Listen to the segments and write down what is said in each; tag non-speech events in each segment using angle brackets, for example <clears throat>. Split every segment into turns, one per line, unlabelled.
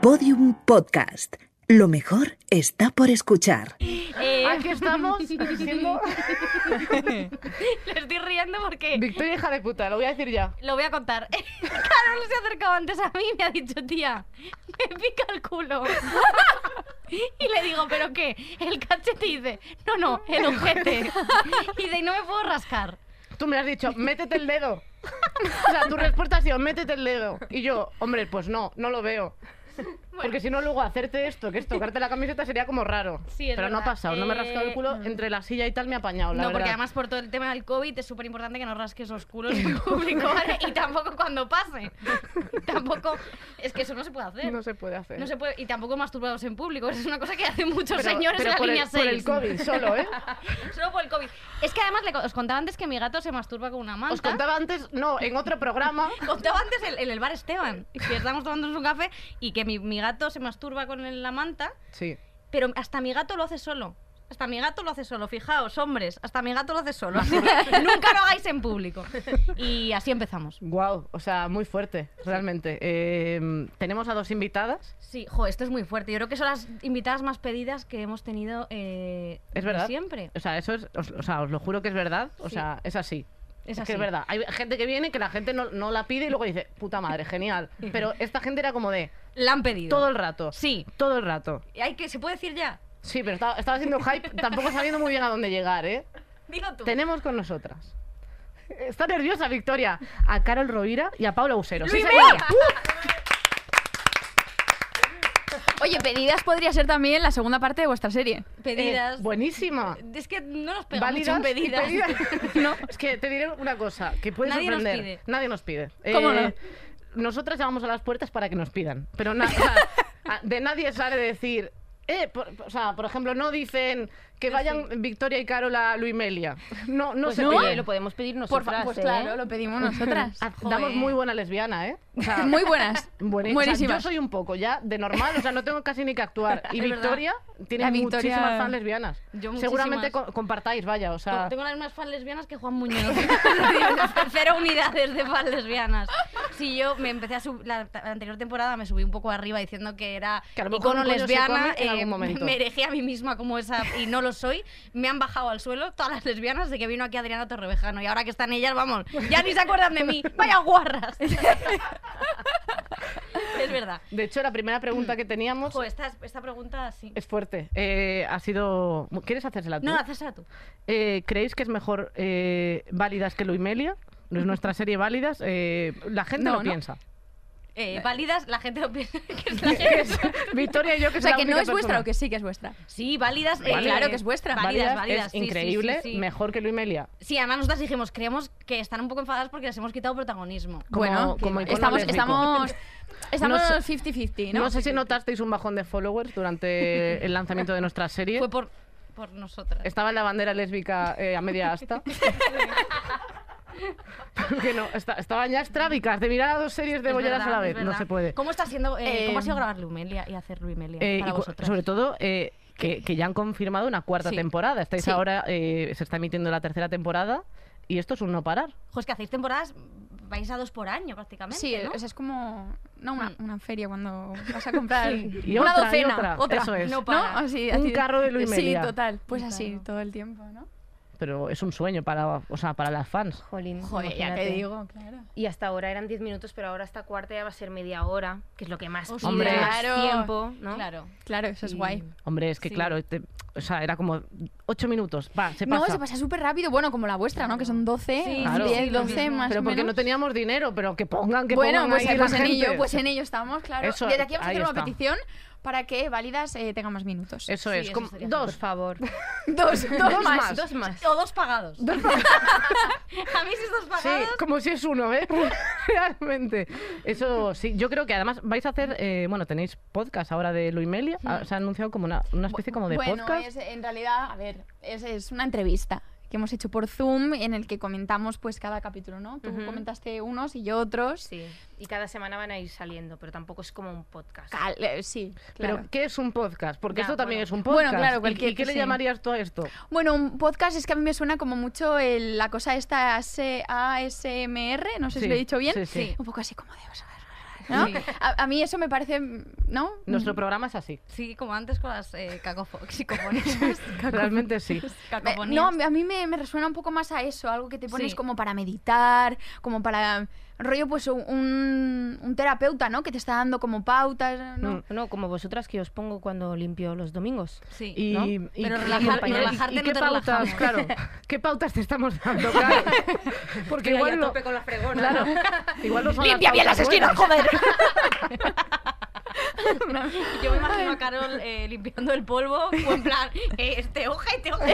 Podium Podcast. Lo mejor está por escuchar.
Eh, <laughs>
Aquí estamos diciendo
le estoy riendo porque
<laughs> Victoria hija de puta, lo voy a decir ya.
lo voy a contar. <laughs> Carol se ha acercado antes a mí y me ha dicho, tía, me pica el culo. <laughs> y le digo, ¿pero qué? El cachete y dice, no, no, el ojete. y dice, "Y no me puedo rascar.
Tú me has dicho, métete el dedo.
<laughs>
O sea, tu respuesta ha sido, métete el dedo. Y yo, hombre, pues no, no lo veo. Porque si no, luego hacerte esto, que es tocarte la camiseta, sería como raro.
Sí, es
Pero no ha
verdad.
pasado, no me he rascado el
Eh,
culo, entre la silla y tal me ha apañado, la
no, porque
verdad.
además por todo el tema del COVID es súper importante que no rasques los
<laughs>
culos en público, ¿vale? Y tampoco cuando pase. tampoco, es que eso no se puede hacer.
No se puede hacer.
No se puede, y tampoco masturbados en público, es una cosa que hacen muchos
Pero-
señores
pero
en la
por el-
línea 6.
Por el COVID
<laughs>
solo, ¿eh?
Solo por el COVID. Es que además le co- os contaba antes que mi gato se masturba con una manta.
Os contaba antes, no, en otro programa.
<laughs> Contaba antes en, en el bar Esteban, que estábamos tomando un café y que mi, mi gato se masturba con el- la manta,
Sí.
pero hasta mi gato lo hace solo. Hasta mi gato lo hace solo, fijaos, hombres, hasta mi gato lo hace solo. Así que <laughs> nunca lo hagáis en público. Y así empezamos.
Wow, o sea, muy fuerte, realmente. Eh, tenemos a dos invitadas.
Sí, jo, esto es muy fuerte. Yo creo que son las invitadas más pedidas que hemos tenido eh,
Es
de
verdad.
siempre.
O sea, eso es, os- o sea, os lo juro que es verdad. O
Sí.
sea, es así.
Es
que
así.
es verdad. Hay gente que viene que la gente no, no la pide y luego dice, puta madre, genial.
<laughs>
Pero esta gente era como de
La han pedido.
todo el rato.
Sí.
Todo el rato.
Hay que, ¿Se puede decir ya?
Sí, pero estaba, estaba haciendo hype, tampoco sabiendo muy bien a dónde llegar, ¿eh?
Dilo tú.
Tenemos con nosotras. Está nerviosa, Victoria. A Carol Rovira y a Paula Usero.
¡Luis
señora!
Vega!
Oye, pedidas podría ser también la segunda parte de vuestra serie.
Pedidas.
Eh, buenísima.
Es que no nos pega
Válidas
mucho en
y
pedidas.
pedidas. No, es que te diré una cosa que puede
Nadie nos
sorprender.
pide.
Nadie nos pide. Eh,
¿Cómo
Nosotras llamamos a las puertas para que nos pidan, pero na- o sea, a- de nadie sale decir. Eh, por, o sea, por ejemplo, no dicen que vayan Victoria y Carol a Luimelia. No, no
Pues
se
no,
pide.
oye, lo podemos pedir
Por
nosotras,
favor, pues
¿eh?
claro, lo
<laughs>
pedimos nosotras.
Ah, Damos
Joder.
muy buena lesbiana, ¿eh? O sea,
<laughs> Muy buenas.
<laughs> buenísima. O sea,
Buenísimas.
yo soy un poco ya de normal, o sea, no tengo casi ni que actuar. Y
Es verdad.
Victoria tiene
La Victoria-
muchísimas fans lesbianas.
Yo
Seguramente
muchísimas.
co- compartáis, vaya, o sea.
Tengo las mismas fans lesbianas que Juan Muñoz. <laughs> Cero unidades de fans lesbianas. Sí, yo me empecé a sub- la, la anterior temporada me subí un poco arriba diciendo que era
Que a lo mejor
icono
un coño se
lesbiana, eh,
come en algún momento.
me herejé a mí misma como esa y no lo soy. Me han bajado al suelo todas las lesbianas de que vino aquí Adriana Torrevejano y ahora que están ellas, vamos, ya ni se acuerdan de mí. Vaya guarras. <laughs> es verdad.
De hecho, la primera pregunta que teníamos
Ojo, esta, esta pregunta sí.
es fuerte. Eh, ha sido. ¿Quieres hacérsela tú?
No, hacésela tú.
Eh, ¿Creéis que es mejor eh, Válidas que Luimelia? No es nuestra serie Válidas. eh, la gente
No,
lo
¿no?
piensa. <laughs>
Eh, válidas, la gente lo piensa que es la gente.
Victoria y yo que
O sea, que no es vuestra o que sí que es vuestra.
Sí, válidas. eh,
Vale.
claro que es vuestra.
Válidas,
Válidas, válidas.
es
sí, sí,
increíble,
Sí, sí.
mejor que Luimelia.
Sí, además nosotras dijimos, creemos que están un poco enfadadas porque les hemos quitado protagonismo.
Como-
bueno,
como icono
estamos,
lésbico. <laughs>
estamos, estamos
No sé-
50-50,
No,
¿no?
sé si notasteis un bajón de followers durante el lanzamiento de nuestra serie.
Fue por, por nosotras.
Estaba la bandera lésbica eh, a media asta. <laughs> que no, esta- estaban ya estrábicas de mirar a dos series de
Es
bolleras
verdad,
a la
es
vez. No
verdad.
se puede.
¿Cómo está siendo, eh,
Eh,
cómo ha sido grabar Lumelia y hacer Lumelia
Eh, y
para
cu-
vosotras?
sobre todo eh, que, que ya han confirmado una cuarta
Sí.
temporada. Estáis
Sí.
ahora, eh, se está emitiendo la tercera temporada y esto es un no parar.
Jo, es que hacéis temporadas, vais a dos por año prácticamente,
Sí,
¿no?
o sea, es como no, una,
Mm.
una feria cuando vas a comprar
Y
una
otra, y
docena.
otra. Eso es.
No
¿No?
para.
Así,
Un
así de-
carro de Luis
Sí,
Melia.
total. Pues
Un
así,
carro.
todo el tiempo, ¿no?
Pero es un sueño para, o sea, para las fans.
Jolín,
Joder, ya te
imagínate.
digo, claro.
Y hasta ahora eran 10 minutos, pero ahora esta cuarta ya va a ser media hora, que es lo que más pide,
Hostia.
Hombre.
más
Claro.
tiempo, ¿no?
Claro.
Claro, eso es guay.
Hombre, es que
Sí.
claro, te- o sea, era como ocho minutos. Va, se
No,
pasa.
se pasa súper rápido. Bueno, como la vuestra, ¿no? Que son 12,
Sí,
Claro. sí,
10,
sí, lo
12
mismo.
más
pero
o
porque no
menos.
teníamos dinero, pero que pongan que
bueno,
pongan
pues,
ahí la
pues en
gente.
ello, pues en ello estamos, claro.
Eso,
Desde aquí vamos a
ahí
hacer una
está.
petición para que Válidas eh, tenga más minutos.
Eso
Sí,
es,
eso
como-
sería
dos.
Por favor.
<laughs> Dos,
<laughs>
dos,
Dos
más.
más.
Dos más.
O dos pagados. <laughs> a mí si es dos
Sí,
pagados...
como si es uno, ¿eh? <laughs> Realmente. Eso sí, yo creo que además vais a hacer, eh, bueno, tenéis podcast ahora de Luimelia. Ah, Se ha anunciado como una, una especie como de
bueno,
podcast.
es- en realidad, a ver, es, es una entrevista que hemos hecho por Zoom en el que comentamos pues cada capítulo, ¿no? Tú
Ujú.
comentaste unos y yo otros.
Sí. Y cada semana van a ir saliendo, pero tampoco es como un podcast.
Cal- eh, sí, claro.
Pero ¿qué es un podcast? Porque
Ya,
esto también
bueno.
es un podcast.
Bueno, claro,
¿Y-
cualquier-
¿Y, qué le
sí.
llamarías tú a esto?
Bueno, un podcast es que a mí me suena como mucho el- la cosa esta AS- ASMR, no sé
Sí,
si lo he dicho bien.
sí, sí.
Un poco así como de... ¿no?
Sí.
A, a mí eso me parece mm, ¿No?
Nuestro programa es así.
Sí, como antes con las eh, cacofo- psicofonías.
Realmente sí.
Me-
Cacofonías.
no, a mí me, me resuena un poco más a eso, algo que te pones
Sí.
como para meditar, como para rollo pues un, un terapeuta, ¿no? Que te está dando como pautas, ¿no?
Mm.
No, como vosotras que os pongo cuando limpio los domingos.
Sí.
Y,
¿no?
y-
Pero
y-
relajar-
y-
pero
y-
relajarte
y
no
qué
te
pautas,
relajamos. <laughs>
claro.
<laughs>
¿Qué pautas te estamos dando? Claro. Porque igual no,
con la fregona.
claro, igual no son
¡Limpia bien las
pautas
esquinas,
buenas.
joder!
Yo me imagino a Carol eh, limpiando el polvo, o en plan, eh, este hoja y te hoja.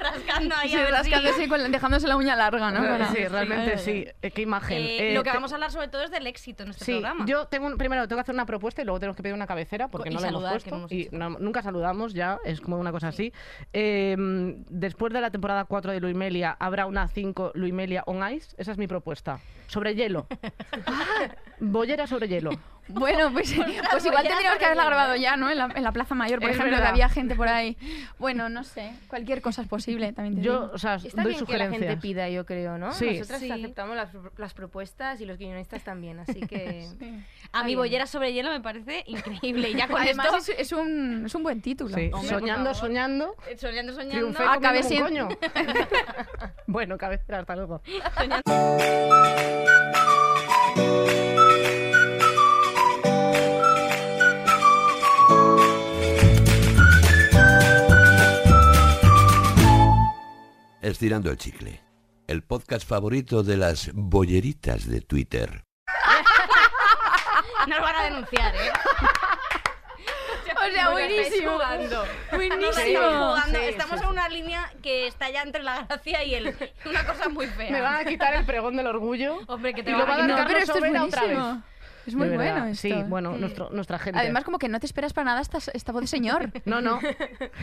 rascando ahí
Sí,
a ver
rascándose
si...
y con- dejándose la uña larga, <laughs> ¿no? Para-
Sí, realmente sí. Eh, Qué imagen.
Eh,
Eh,
lo que
te-
vamos a hablar sobre todo es del éxito en este
Sí,
programa.
yo tengo un- primero tengo que hacer una propuesta y luego tenemos que pedir una cabecera porque
Y
no la hemos
saludar, que
puesto
no hemos
y
hecho.
no- nunca saludamos ya, es como una cosa así. Eh, mm, después de la temporada 4 de Luimelia habrá una 5 Luimelia on Ice, esa es mi propuesta. Sobre hielo. Bollera sobre hielo.
Bueno, <laughs> pues, pues igual tendríamos que haberla grabado ya, ¿no? En la, en la Plaza Mayor, por
Es
ejemplo,
verdad.
que había gente por ahí. Bueno, no sé, cualquier cosa es posible también. te
Yo,
digo.
o sea,
Está
doy
bien que la
sugerencias.
gente pida, yo creo, ¿no?
Sí.
Nosotras
Sí.
aceptamos las, las propuestas y los guionistas también, así <laughs> que...
Sí.
a mí
bien.
bollera sobre hielo me parece increíble. Y ya con
Además,
esto,
es, es un, es un buen título.
Sí,
Hombre,
Soñando,
por favor.
soñando.
eh, soñando, soñando,
Triunfé
Ah,
comiendo
acabé
un
siendo-
coño. bueno, cabecera, hasta luego.
Estirando el chicle. El podcast favorito de las bolleritas de Twitter.
nos Ah, van a denunciar,
<laughs>
¿eh?
O sea, buenísimo.
Nos la
Buenísimo.
estamos jugando.
sí,
estamos en una línea que está ya entre la gracia y el... Una cosa muy fea.
Me van a quitar el pregón del orgullo.
Hombre, que te
Y
van
lo
a
va a dar
quitar.
No, pero
Carlos
esto es
Sobera otra vez.
buenísimo. Es muy
De verdad,
bueno esto. ¿eh?
Sí, bueno, nuestro- nuestra gente.
Además, como que no te esperas para nada esta, esta voz de <laughs> señor.
<laughs>
No, no.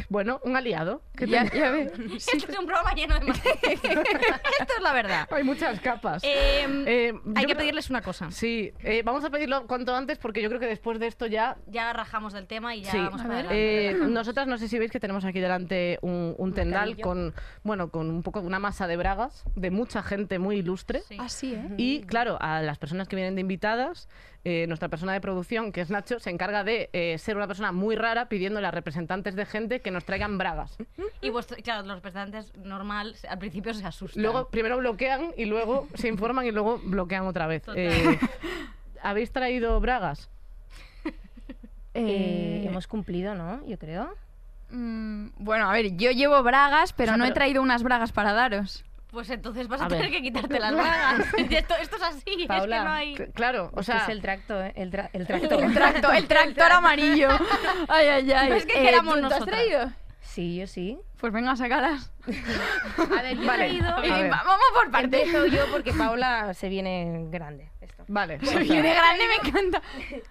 Bueno, un aliado.
ya, ya ves. Sí.
Esto <laughs> es un programa lleno de
<laughs>
matices. Esto es la verdad.
Hay muchas capas.
Eh, hay
Eh, yo
que
creo-
pedirles una cosa.
Sí, eh, vamos a pedirlo cuanto antes porque yo creo que después de esto ya...
Ya rajamos del tema y ya
sí,
vamos
A
para
ver.
adelante. <clears throat>
Eh, nosotras no sé si veis que tenemos aquí delante un, un tendal con, bueno, con un poco una masa de bragas de mucha gente muy ilustre.
Sí. Mm.
Así, ¿eh?
Y claro, a las personas que vienen de invitadas, eh, nuestra persona de producción, que es Nacho, se encarga de eh, ser una persona muy rara pidiéndole a representantes de gente que nos traigan bragas.
Y vuestro- claro, los representantes normal se- al principio se asustan.
Luego, primero bloquean y luego se informan y luego bloquean otra vez.
Total.
Eh, ¿Habéis traído bragas?
Eh, hemos cumplido, ¿no? Yo creo.
Mm, bueno, a ver, yo llevo bragas, pero
O sea,
no he
pero-
traído unas bragas para <laughs> daros.
pues entonces vas a,
A
tener
ver.
que quitarte las
<laughs>
bragas. esto, esto es así, es
Paula,
que no hay.
C- Claro, o
O
sea,
es el tracto, ¿eh? El, tra- el
El,
tracto.
tracto, el tractor amarillo. <laughs> Ay, ay, ay. Eh,
No es que queramos
¿tú- ¿Tú has
nosotras.
traído?
<laughs> sí, yo sí.
Pues venga, sácalas.
A ver, yo he traído...
A
Eh,
ver.
<laughs> va- vamos por partes.
Empiezo yo porque Paula se viene grande. Esto.
vale.
Se viene grande, me encanta.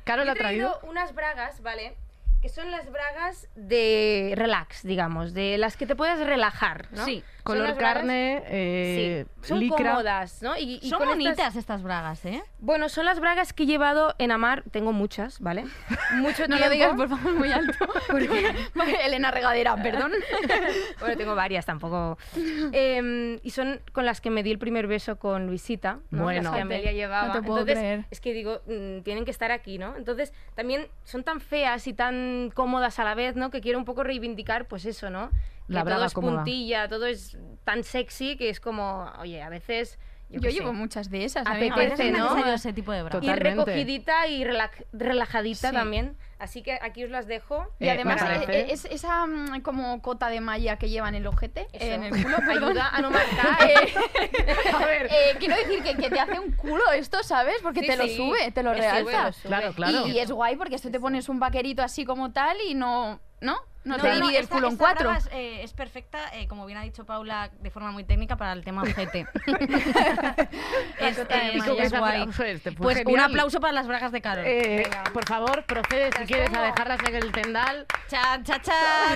Caro la
He
ha traído.
traído unas bragas, ¿vale? Que son las bragas de relax, digamos, de las que te puedes relajar, ¿no?
Sí.
Son
Color
las bragas-
carne, eh,
sí. Son
licra.
cómodas, ¿no? Y, y
Son
con estas-
bonitas estas bragas, ¿eh?
Bueno, son las bragas que he llevado en Amar. Tengo muchas, ¿vale? Mucho
<laughs> No
tiempo.
lo digas,
<laughs>
por favor, muy <laughs> alto. Vale, <laughs> Elena Regadera, perdón.
Ah. Bueno, tengo varias tampoco. Em, y son con las que me di el primer beso con Luisita, ¿no?
Bueno.
Las que Amelia llevaba.
No te puedo
Entonces,
creer.
es que digo, mm, tienen que estar aquí, ¿no? Entonces, también son tan feas y tan cómodas a la vez, ¿no? Que quiero un poco reivindicar, pues eso, ¿no?
La
que todo
braga
es
cómoda.
puntilla, todo es tan sexy que es como, oye, a veces... Yo,
Yo,
qué sé,
llevo muchas de esas. a mí me
Apetece,
A veces
parecen
es
¿no?
necesario
cómodas.
ese tipo de bragas.
Ir
Totalmente.
recogidita y relax- relajadita
Sí.
también. Así que aquí os las dejo.
Y
Eh,
además,
me
eh,
parece.
eh, es, esa mm, como cota de malla que llevan en el ojete, eh,
Eso.
en el
<laughs>
culo, perdón.
Ayuda
<laughs>
a no marcar.
Eh,
A ver.
eh, quiero decir que, que te hace un culo esto, ¿sabes? Porque
Sí,
te lo
sí.
sube, te lo
Me
realza.
sube, lo sube.
Claro,
<laughs>
claro.
Y, y es guay porque esto te pones un vaquerito así como tal y no, ¿no? No, te
no,
divide el
esta-
culo en
esta
cuatro.
braga es, eh, es perfecta, eh, como bien ha dicho Paula, de forma muy técnica para el tema <laughs>
<laughs>
ojete. es,
cota de
es-
Y con
malla.
eh, es
esa
guay.
braga- este, fue
Pues un
genial.
aplauso para las bragas de Carol.
Eh, por favor, procede si quieres a
pongo.
dejarlas en el tendal.
Chan, chan, chan,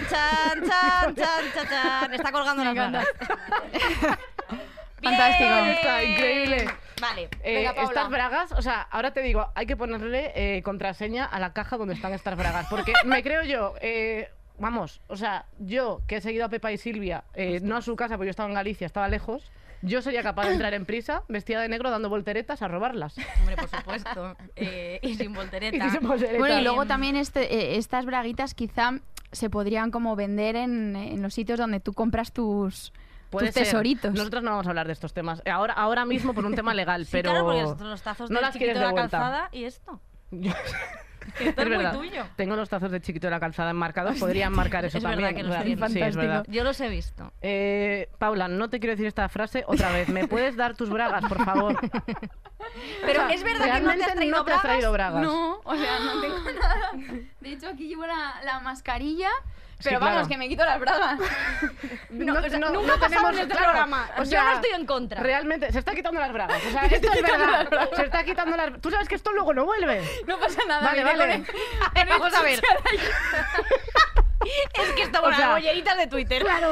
chan,
<laughs>
chan, chan, chan, chan. Está colgando
Me
las bragas.
<laughs>
Bien.
Fantástico.
Está increíble.
Vale.
Eh,
Venga, Paula.
estas bragas, o sea, ahora te digo, hay que ponerle eh, contraseña a la caja donde están estas bragas. Porque me creo yo, eh, vamos, o sea, yo que he seguido a Pepa y Silvia, eh, no a su casa, porque yo estaba en Galicia, estaba lejos. Yo sería capaz de entrar en prisa, vestida de negro, dando volteretas a robarlas.
Hombre, por supuesto. Eh, y sin voltereta.
<laughs> Y si se voltereta.
Bueno, y luego también este- eh, estas braguitas quizá se podrían como vender en, en los sitios donde tú compras tus,
Puede
tus
ser.
tesoritos.
Nosotros no vamos a hablar de estos temas. Eh, Ahora, ahora mismo por un tema legal,
Sí,
pero.
claro, porque
<laughs>
los- los tazos
no
del
las
chiquito
quieres
de
de
la
vuelta.
calzada y esto. Que esto
Es
es, muy
verdad.
tuyo.
Tengo los tazos de chiquito de la calzada enmarcados, podrían marcar eso
Es verdad
también.
que los
o sea,
tienen.
sí, es verdad.
Yo los he visto.
Eh, Paula, no te quiero decir esta frase otra vez. ¿Me puedes dar tus bragas,
<laughs>
por favor?
Pero es verdad que no te
Realmente
has traído
no te has traído bragas.
No, o sea, no tengo nada. De hecho, aquí llevo la, la mascarilla,
Sí,
pero vamos,
claro.
que me quito las bragas. <laughs>
No, o sea,
nunca
no
ha pasado
tenemos-
en este
claro,
programa. Yo
o sea,
no estoy en contra.
Realmente, se está quitando las bragas. O sea, esto es verdad. Se está quitando las. Tú sabes que esto luego no vuelve.
No pasa nada.
Vale,
viene
vale.
con
Vamos a ver. <laughs> es que estamos
O sea,
las bolleritas de Twitter.
el-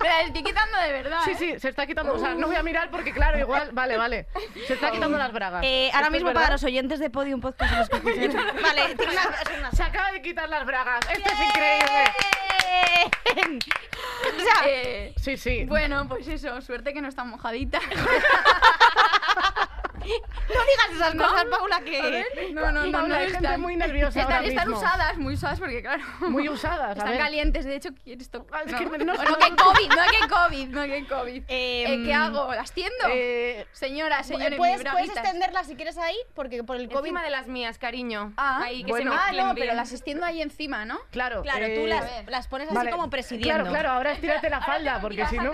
Me la estoy quitando de verdad.
<laughs> Sí,
¿eh?
sí, se está quitando. O sea, no voy a mirar porque, claro, igual. Vale, vale. Se está quitando las bragas.
Eh,
¿Esto
ahora
es
mismo
verdad?
para los oyentes de Podium Podcast
<laughs>
los que escuchen. Vale, tiene una- es una-
Se acaba de quitar las bragas. Esto <laughs> es increíble.
Bien. O sea,
Eh,
Sí, sí.
bueno, pues eso, suerte que no
<laughs>
está mojadita. <laughs>
no digas esas cosas, Paula, que...
A ver, No, no, no,
Paula,
no
hay gente
están.
muy nerviosa
Están,
ahora
están
mismo.
usadas, muy usadas porque claro.
Muy
<laughs>
usadas. a
Están
ver.
calientes, de hecho, ¿quieres tocar?
Ah, es que
no,
me- no-
O no, que
<laughs>
COVID, no que COVID, no que COVID.
Eh,
Eh, ¿Qué hago? ¿Las tiendo?
Eh,
Señora, señores,
puedes,
mis
puedes
braguitas.
extenderla si quieres ahí, porque por el COVID...
Encima de las mías, cariño.
Ah,
Ahí, que
bueno.
se
ah,
mezclen
no,
bien.
pero las extiendo ahí encima, ¿no?
claro.
Claro, tú
eh,
las, las pones así
vale.
como presidiendo.
Claro, claro, ahora estírate la falda, porque si no.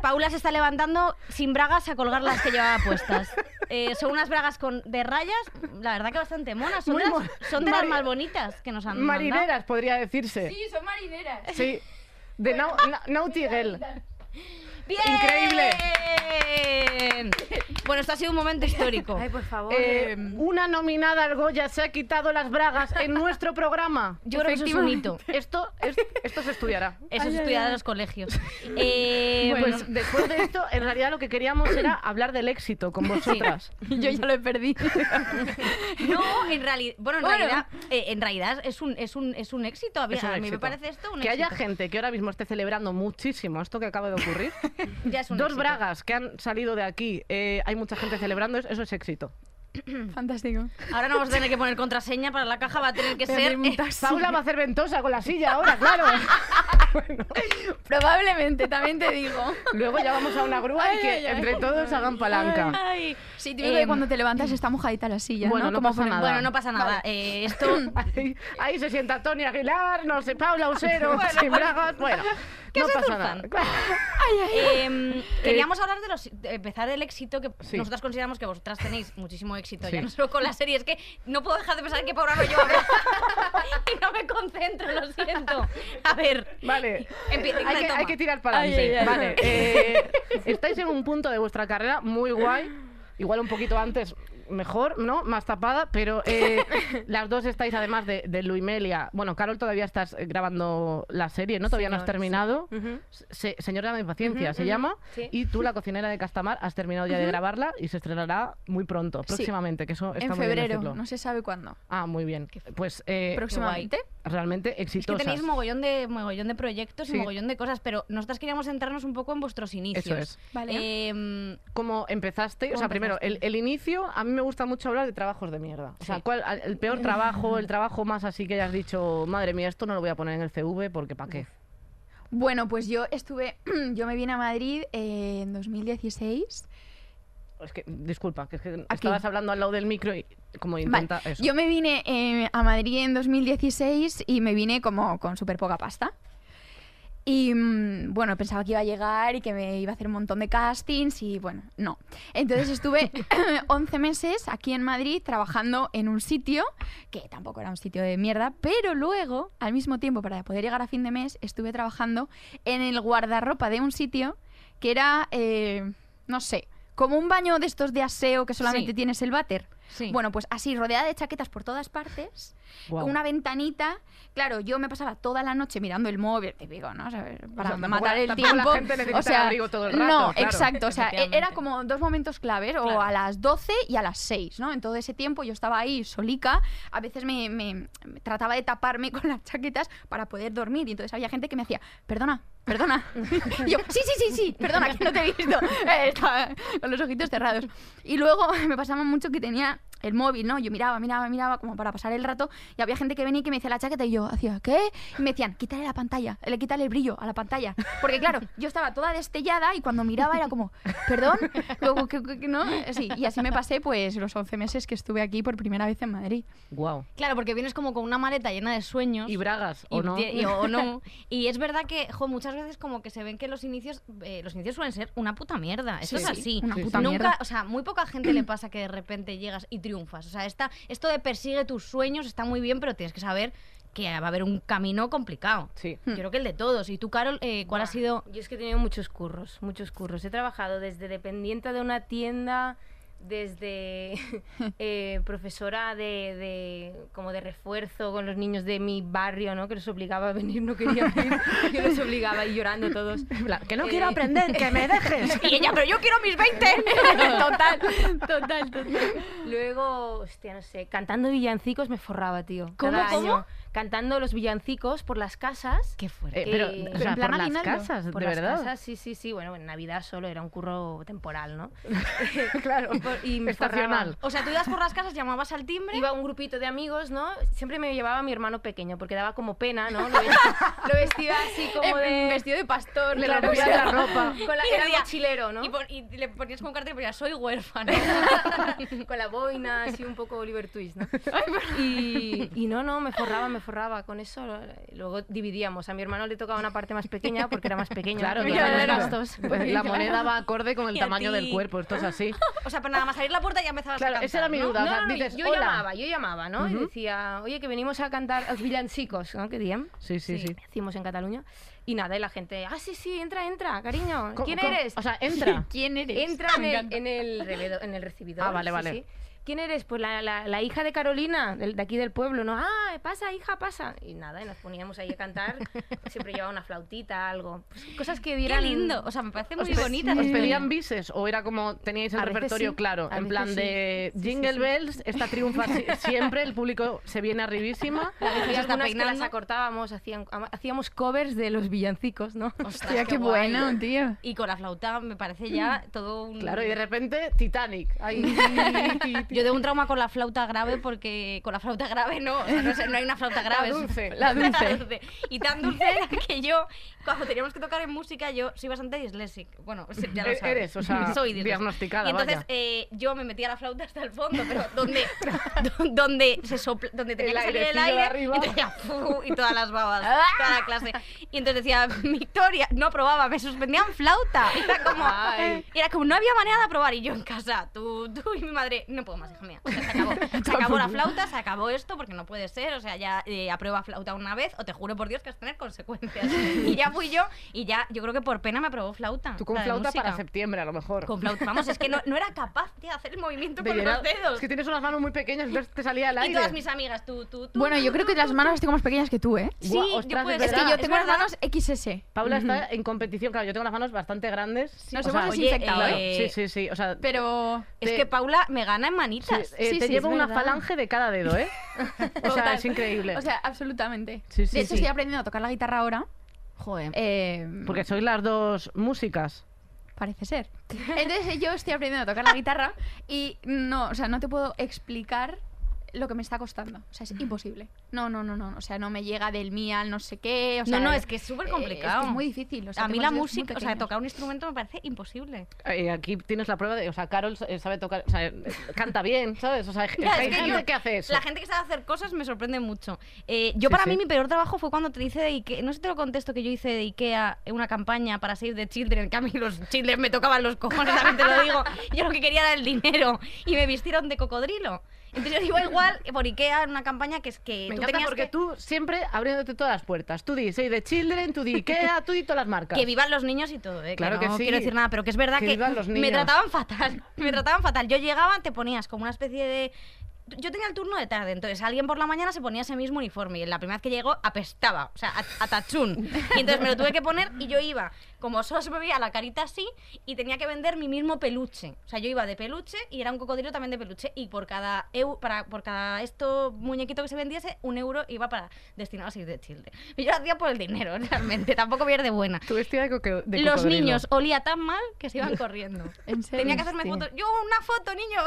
Paula se está levantando sin bragas a colgar las que llevaba puestas. Eh, son unas bragas con, de rayas, la verdad que bastante monas. Son,
Muy
de las,
mon-
son de las
mari-
más bonitas que nos han mandado.
Marineras, podría decirse.
Sí,
<laughs>
son marineras.
Sí. De Nau- Na- Naughty Girl. Eh,
¡Bien!
Increíble.
Bueno, esto ha sido un momento histórico.
Ay, por favor.
Eh,
em.
una nominada al Goya se ha quitado las bragas en nuestro programa.
Yo creo que eso es un hito.
Esto, es- esto se estudiará.
Eso es estudiar en los colegios. Eh,
Pues
bueno,
después de esto, en realidad lo que queríamos era hablar del éxito con vosotras.
Yo ya lo he perdido.
no, en realidad, bueno, en
Bueno.
realidad, eh, en realidad es un es un es un éxito. A mí,
Es un
a mí me
éxito.
parece esto un
que haya
éxito.
gente que ahora mismo esté celebrando muchísimo esto que acaba de ocurrir.
Ya <laughs> es un
Dos
éxito.
bragas que han salido de aquí, eh, hay mucha gente celebrando, eso- eso es éxito.
<laughs> Fantástico.
Ahora no vamos a tener que poner contraseña para la caja, va a tener que ser
<laughs>
eh,
Paula va a hacer ventosa con la silla ahora, claro.
Probablemente, también te digo.
<laughs> Luego ya vamos a una grúa y que entre todos hagan palanca.
eh, <laughs> Ay.
Sí, típico que
Em,
cuando te levantas está mojadita la silla,
bueno, no
Como
pasa
ponen-
nada.
Bueno, no pasa nada. Eh, esto
<laughs> Ahí, ahí se sienta Tony Aguilar, no sé, Paula Usero, <laughs> sin bragas, bueno. no
se
pasa
zurfan?
nada. <laughs> Claro.
em,
<laughs>
queríamos hablar de los de empezar el éxito que
Eh, Sí.
nosotras consideramos que vosotras tenéis muchísimo éxito,
Sí.
ya no solo con la serie, es que no puedo dejar de pensar que Paula no lleva bragas. <laughs> y no me concentro, lo siento. A ver,
Vale.
Empie-
hay, que,
retoma.
hay que tirar para
Ay, ay,
adelante.
ay.
Vale. eh, estáis en un punto de vuestra carrera muy guay. Igual un poquito antes, mejor, ¿no? Más tapada, pero eh, las dos estáis además de, de Luimelia. Bueno, Carol, todavía estás eh, grabando la serie, ¿no? Todavía no has
Señor, sí.
terminado.
Ujú.
Se- señora de paciencia,
Ujú,
se
ujú.
llama.
Sí.
Y tú, la cocinera de Castamar, has terminado ya de grabarla y se estrenará muy pronto, próximamente, que eso está
En
muy bien
febrero,
decirlo.
no se sabe cuándo.
Ah, muy bien. Pues eh,
Próximamente.
realmente
es que
exitosas.
tenéis mogollón de mogollón de proyectos
Sí.
y mogollón de cosas, pero nosotras queríamos centrarnos un poco en vuestros inicios.
Eso es.
Vale.
Em,
¿Cómo empezaste? o
¿Cómo
sea, primero, el, el inicio, a mí me gusta mucho hablar de trabajos de mierda. O sea, ¿cuál, al- el peor trabajo, el trabajo más así que hayas dicho, madre mía, esto no lo voy a poner en el CV porque ¿para qué?
Bueno, pues yo estuve, <clears throat> yo me vine a Madrid eh, en 2016.
Es que, disculpa, que, es que
Aquí.
estabas hablando al lado del micro y como
Vale,
intenta eso.
Yo me vine eh, a Madrid en 2016 y me vine como con súper poca pasta. Y mm, bueno, pensaba que iba a llegar y que me iba a hacer un montón de castings y bueno, no. Entonces estuve <laughs> 11 meses aquí en Madrid trabajando en un sitio que tampoco era un sitio de mierda, pero luego, al mismo tiempo, para poder llegar a fin de mes, estuve trabajando en el guardarropa de un sitio que era, eh, no sé, como un baño de estos de aseo que solamente
Sí.
tienes el váter.
Sí.
Bueno, pues así, rodeada de chaquetas por todas partes,
Guau.
una ventanita. Claro, yo me pasaba toda la noche mirando el móvil, típico, ¿no? O sea, para
tampoco
matar
la-
el
tampoco la
tiempo.
gente necesita
o sea,
el abrigo todo el rato,
No,
claro.
exacto. O sea, e- era
Efectivamente.
como dos momentos claves, o a las 12 y a las 6, ¿no? En todo ese tiempo yo estaba ahí solica. A veces me, me- me trataba de taparme con las chaquetas para poder dormir. Y entonces había gente que me decía, perdona, perdona. <laughs> Y yo, sí, sí, sí, sí, perdona, que no te he visto. <laughs> Eh, estaba con los ojitos cerrados. Y luego <laughs> me pasaba mucho que tenía el móvil, ¿no? Yo miraba, miraba, miraba como para pasar el rato y había gente que venía y que me decía la chaqueta y yo hacía, ¿qué? Y me decían, quítale la pantalla, le quítale el brillo a la pantalla. Porque claro, yo estaba toda destellada y cuando miraba era como, perdón, luego que, que- que no, sí. Y así me pasé pues los 11 meses que estuve aquí por primera vez en Madrid.
Guau.
Claro, porque vienes como con una maleta llena de sueños.
Y bragas,
y
¿o no?
ti- y- o no. Y es verdad que, jo, muchas veces como que se ven que los inicios, eh, los inicios suelen ser una puta mierda. Eso
Sí,
es
sí,
así.
una puta
Nunca,
mierda.
o sea, muy poca gente le pasa que de repente llegas y triunfas. O sea, esta, esto de persigue tus sueños está muy bien, pero tienes que saber que va a haber un camino complicado.
Sí.
Yo Creo que el de todos. Y tú, Carol, eh, ¿cuál ha
Buah, <laughs>
sido?
Yo es que he tenido muchos curros, muchos curros. He trabajado desde dependiente de una tienda,
<laughs>
desde eh, profesora de, de- como de refuerzo con los niños de mi barrio, ¿no? Que los obligaba a venir, no querían
<laughs>
venir. Yo los obligaba y llorando todos.
En plan, Que no
Eh,
quiero aprender, que me dejes.
Y ella, pero yo quiero mis 20.
Total, total, total.
Luego, hostia, no sé, cantando villancicos me forraba, tío.
¿Cómo,
cada
cómo?
año. Cantando los villancicos por las casas.
<laughs> Qué fuerte.
Eh, pero,
Eh,
o
pero
sea,
en plan
por las
aguinaldo,
casas,
Por
de
las
verdad.
casas, sí, sí, sí. Bueno, en Navidad solo era un curro temporal, <laughs> ¿no? Eh,
Claro.
Y por- y me forraba.
Estacional.
O sea, tú ibas por las casas, llamabas al timbre.
Iba un grupito de amigos, ¿no? Siempre me llevaba mi hermano pequeño porque daba como pena, ¿no? Lo <laughs> vestía, lo vestía así como de...
Vestido de pastor,
Le
claro,
rompía
o sea,
la ropa. <laughs> Con la,
Y
era
decía-
mochilero, ¿no?
Y, pon- y le ponías como un cartel, pero ya soy huérfano.
<laughs> con la boina, así un poco Oliver Twist, <laughs> ¿no? Y, y no, no, me forraba, me forraba con eso. Luego dividíamos. A mi hermano le tocaba una parte más pequeña porque era más pequeño.
Claro,
porque
claro,
eran
claro.
los gastos.
<laughs> La moneda va acorde con el
Y a
tamaño del
ti.
cuerpo, esto es así.
O sea, para nada más salir la puerta ya empezabas
Claro,
a cantar,
esa era mi
¿no?
duda. o sea, dices,
yo
"Hola".
llamaba, yo llamaba, ¿no? Y decía, oye, que venimos a cantar los villancicos, ¿no? Que diem,
Sí, sí, sí.
decimos en Cataluña. Y nada, y la gente, ah, sí, sí, entra, entra, cariño.
Co-
¿Quién
co-
eres?
O sea,
<laughs>
entra.
¿Quién eres?
Entra en el, en el revedo- en el recibidor.
Ah, vale,
sí,
vale.
sí. ¿Quién eres? Pues la, la- la hija de Carolina, del- de, aquí del pueblo, ¿no? Ah, pasa, hija, pasa. Y nada, y nos poníamos ahí a cantar. <laughs> Siempre llevaba una flautita, algo. Pues cosas que
Qué
dieran...
lindo. O sea, me parece muy
pe-
bonita.
¿Os
esa
pedían
historia.
bises o era como teníais el
A veces
repertorio
sí,
claro?
a
En
veces
plan
sí.
de
Sí, sí,
Jingle
sí.
Bells, esta triunfa si- siempre, el público se viene arribísima.
se está
Había algunas que las
peinando.
acortábamos, hacían, hacíamos covers de los villancicos, ¿no?
Ostras,
Hostia, qué
guay.
bueno, tío.
Y con la flauta me parece ya todo un...
Mm. Claro, y de repente Titanic. Ahí.
Yo tengo un trauma con la flauta grave porque con la flauta grave no, o sea, no, sé, no hay una flauta
<laughs>
grave. es- <laughs>
dulce.
La dulce. Y tan dulce era que yo, cuando teníamos que tocar en música, yo soy bastante disléxic. Bueno, sí, ya lo
E-
sabes.
eres, o sea,
<laughs> soy disléxica.
diagnosticada,
Y entonces
vaya.
eh, yo me metía la flauta hasta el fondo,
<laughs>
pero donde, <laughs> do- donde, se sopla- donde tenía
El
que salir el
airecillo de
aire,
arriba. Ah.
y, te hacía fu, y todas las
<laughs>
babas, toda la clase. Y entonces decía, Victoria, no probaba, me suspendían flauta. Y era como,
Ah. eh,
Ay.
y era como, no había manera de aprobar. Y yo en casa, tú, tú y mi madre, no puedo más, hija mía. O sea, se acabó. Se acabó la flauta, se acabó esto, porque no puede ser. O sea, ya eh, aprueba flauta una vez o te juro por Dios que vas a tener consecuencias. Y ya fui yo y ya, yo creo que por pena me aprobó flauta.
Tú con
la de
flauta para
música.
septiembre, a lo mejor.
Con flauta. Vamos, es que no, no era capaz de hacer el movimiento
De
con
llenar-
los dedos.
Es que tienes unas manos muy pequeñas, entonces te salía el
Y
aire.
todas mis amigas, tú, tú, tú.
Bueno, yo creo que las manos las tengo más pequeñas que tú, ¿eh?
Sí,
Buah,
yo
ostras,
puedo-
es
Es que
verdad.
yo tengo las
verdad.
manos XS.
Paula está en competición, claro, yo tengo las manos bastante grandes.
Nos
O sea,
hemos
oye,
desinfectado,
eh,
¿eh?
Sí, sí, sí. O sea,
Pero...
Es
te-
que Paula me gana en manitas.
eh,
sí,
te
sí,
llevo
es
una
verdad.
falange de cada
<laughs>
dedo, ¿eh? o sea,
Total.
es increíble.
O sea, absolutamente.
Sí, sí,
de hecho,
sí.
estoy aprendiendo a tocar la guitarra ahora.
Joder.
eh,
Porque sois las dos músicas.
<laughs>
Parece ser. Entonces yo estoy aprendiendo a tocar la guitarra y no, o sea, no te puedo explicar lo que me está costando. O sea, es imposible. No, no, no, no. O sea, no me llega del mí al no sé qué. O sea,
no, no, es que es súper
eh,
complicado.
es que es muy difícil. o sea,
a mí
tengo
la
los dedos muy
música, o sea,
pequeños.
tocar un instrumento me parece imposible.
Eh, aquí tienes la prueba de, o sea, Carol eh, sabe tocar, o sea, eh, canta bien, ¿sabes? O sea,
<laughs>
hay,
Claro,
hay
es que
gente
yo-
que hace eso.
La gente que sabe hacer cosas me sorprende mucho. Eh, yo
Sí,
para
sí.
mí mi peor trabajo fue cuando te hice de Ikea, no sé si te lo contesto que yo hice de Ikea una campaña para Save the Children, que a mí los children me tocaban los <laughs> cojones, también te lo digo. Yo lo que quería era el dinero y me vistieron de cocodrilo. Entonces yo digo, igual, igual por Ikea en una campaña que es que
Me
tú
encanta
tenías
porque
que...
tú siempre abriéndote todas las puertas. Tú di Save the Children, tú di Ikea, tú di todas las marcas.
Que vivan los niños y todo, ¿eh?
Claro
no
que sí.
quiero decir nada, pero que es verdad
Que
que,
vivan los
me
niños.
trataban fatal. <laughs> Me trataban fatal. Yo llegaba, te ponías como una especie de. Yo tenía el turno de tarde, entonces alguien por la mañana se ponía ese mismo uniforme y en la primera vez que llegó apestaba, o sea, a, a tachún. Y entonces me lo tuve que poner y yo iba, como solo se me veía la carita así, y tenía que vender mi mismo peluche. O sea, yo iba de peluche y era un cocodrilo también de peluche y por cada eu- para, por cada esto muñequito que se vendiese, un euro iba para destinado a Save de Children. Y yo lo hacía por el dinero, <laughs> realmente, tampoco voy a ir de buena
Tú vestida de, coque- de
los
cocodrilo.
niños olía tan mal que se
<laughs>
iban corriendo. <laughs>
¿En serio?
Tenía que hacerme
Hostia.
fotos. Yo, una foto, niño,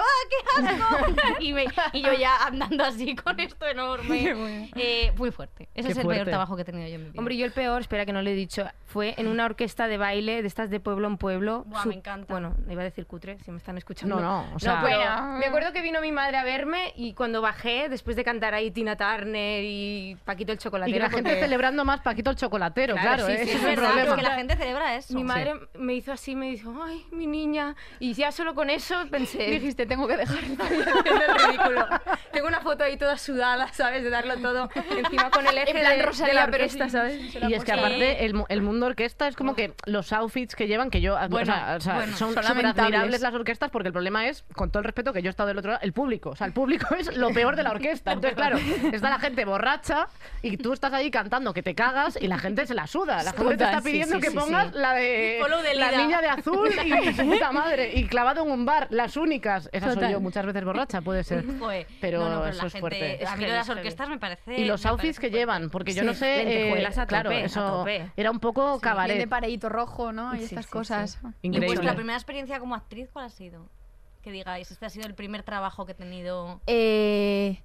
¡ah, qué
<laughs>
asco! y, me- y yo ya andando así con esto enorme. Eh, muy fuerte. Ese
Qué
es el
fuerte.
peor trabajo que he tenido yo en mi vida.
Hombre, yo el peor, espera que no lo he dicho, fue en una orquesta de baile de estas de pueblo en pueblo.
Buah,
Su-
me encanta.
Bueno, iba a decir cutre, si me están escuchando.
No, no, o sea-
pero
Bueno.
me acuerdo que vino mi madre a verme y cuando bajé, después de cantar ahí Tina Turner y Paquito el
Y
Chocolatero,
que la gente
porque
celebrando más Paquito el Chocolatero, claro,
Claro, sí,
¿eh?
sí,
Ese
es
es el
verdad,
problema.
es que la gente celebra eso.
mi madre me hizo así, me dijo, ay, mi niña. Y ya solo con eso
<laughs>
pensé...
Dijiste, tengo que dejar.
haciendo el ridículo. Tengo una foto ahí toda sudada, ¿sabes? De darlo todo encima con el eje
En plan
de, de
Rosalía,
la
pero
orquesta,
sí.
¿sabes?
Y es que
Sí.
aparte el, mu- el mundo orquesta es como que los outfits que llevan, que yo, ah, o
Bueno,
sea, o sea,
bueno,
son
son
súper admirables
lamentables.
las orquestas porque el problema es, con todo el respeto que yo he estado del otro lado, el público. O sea, el público <laughs> es lo peor de la orquesta. Entonces, claro, está la gente borracha y tú estás ahí cantando que te cagas y la gente se la suda. La gente te
Total,
está
sí,
pidiendo
sí,
que
sí,
pongas
sí.
la de
Follow the
la
leader.
niña de azul y su puta madre y clavado en un bar, las únicas. Esa soy
Total.
yo muchas veces borracha, puede ser.
Joder,
Pero
no, no, pero
eso
la
es
gente,
fuerte.
Es
A mí lo de las
heavy, es
orquestas me parece.
Y los
me
outfits
parece
que
fuerte.
llevan, porque yo
Sí,
no sé. eh,
lentejuelas a
claro,
tope, a
eso
tope.
era un poco
Bien
cabaret.
de pareíto rojo, ¿no? Y
Sí,
estas
sí,
cosas.
sí.
¿Y
Increíble.
vuestra primera experiencia como actriz cuál ha sido? Que digáis, este ha sido el primer trabajo que he tenido.
Eh,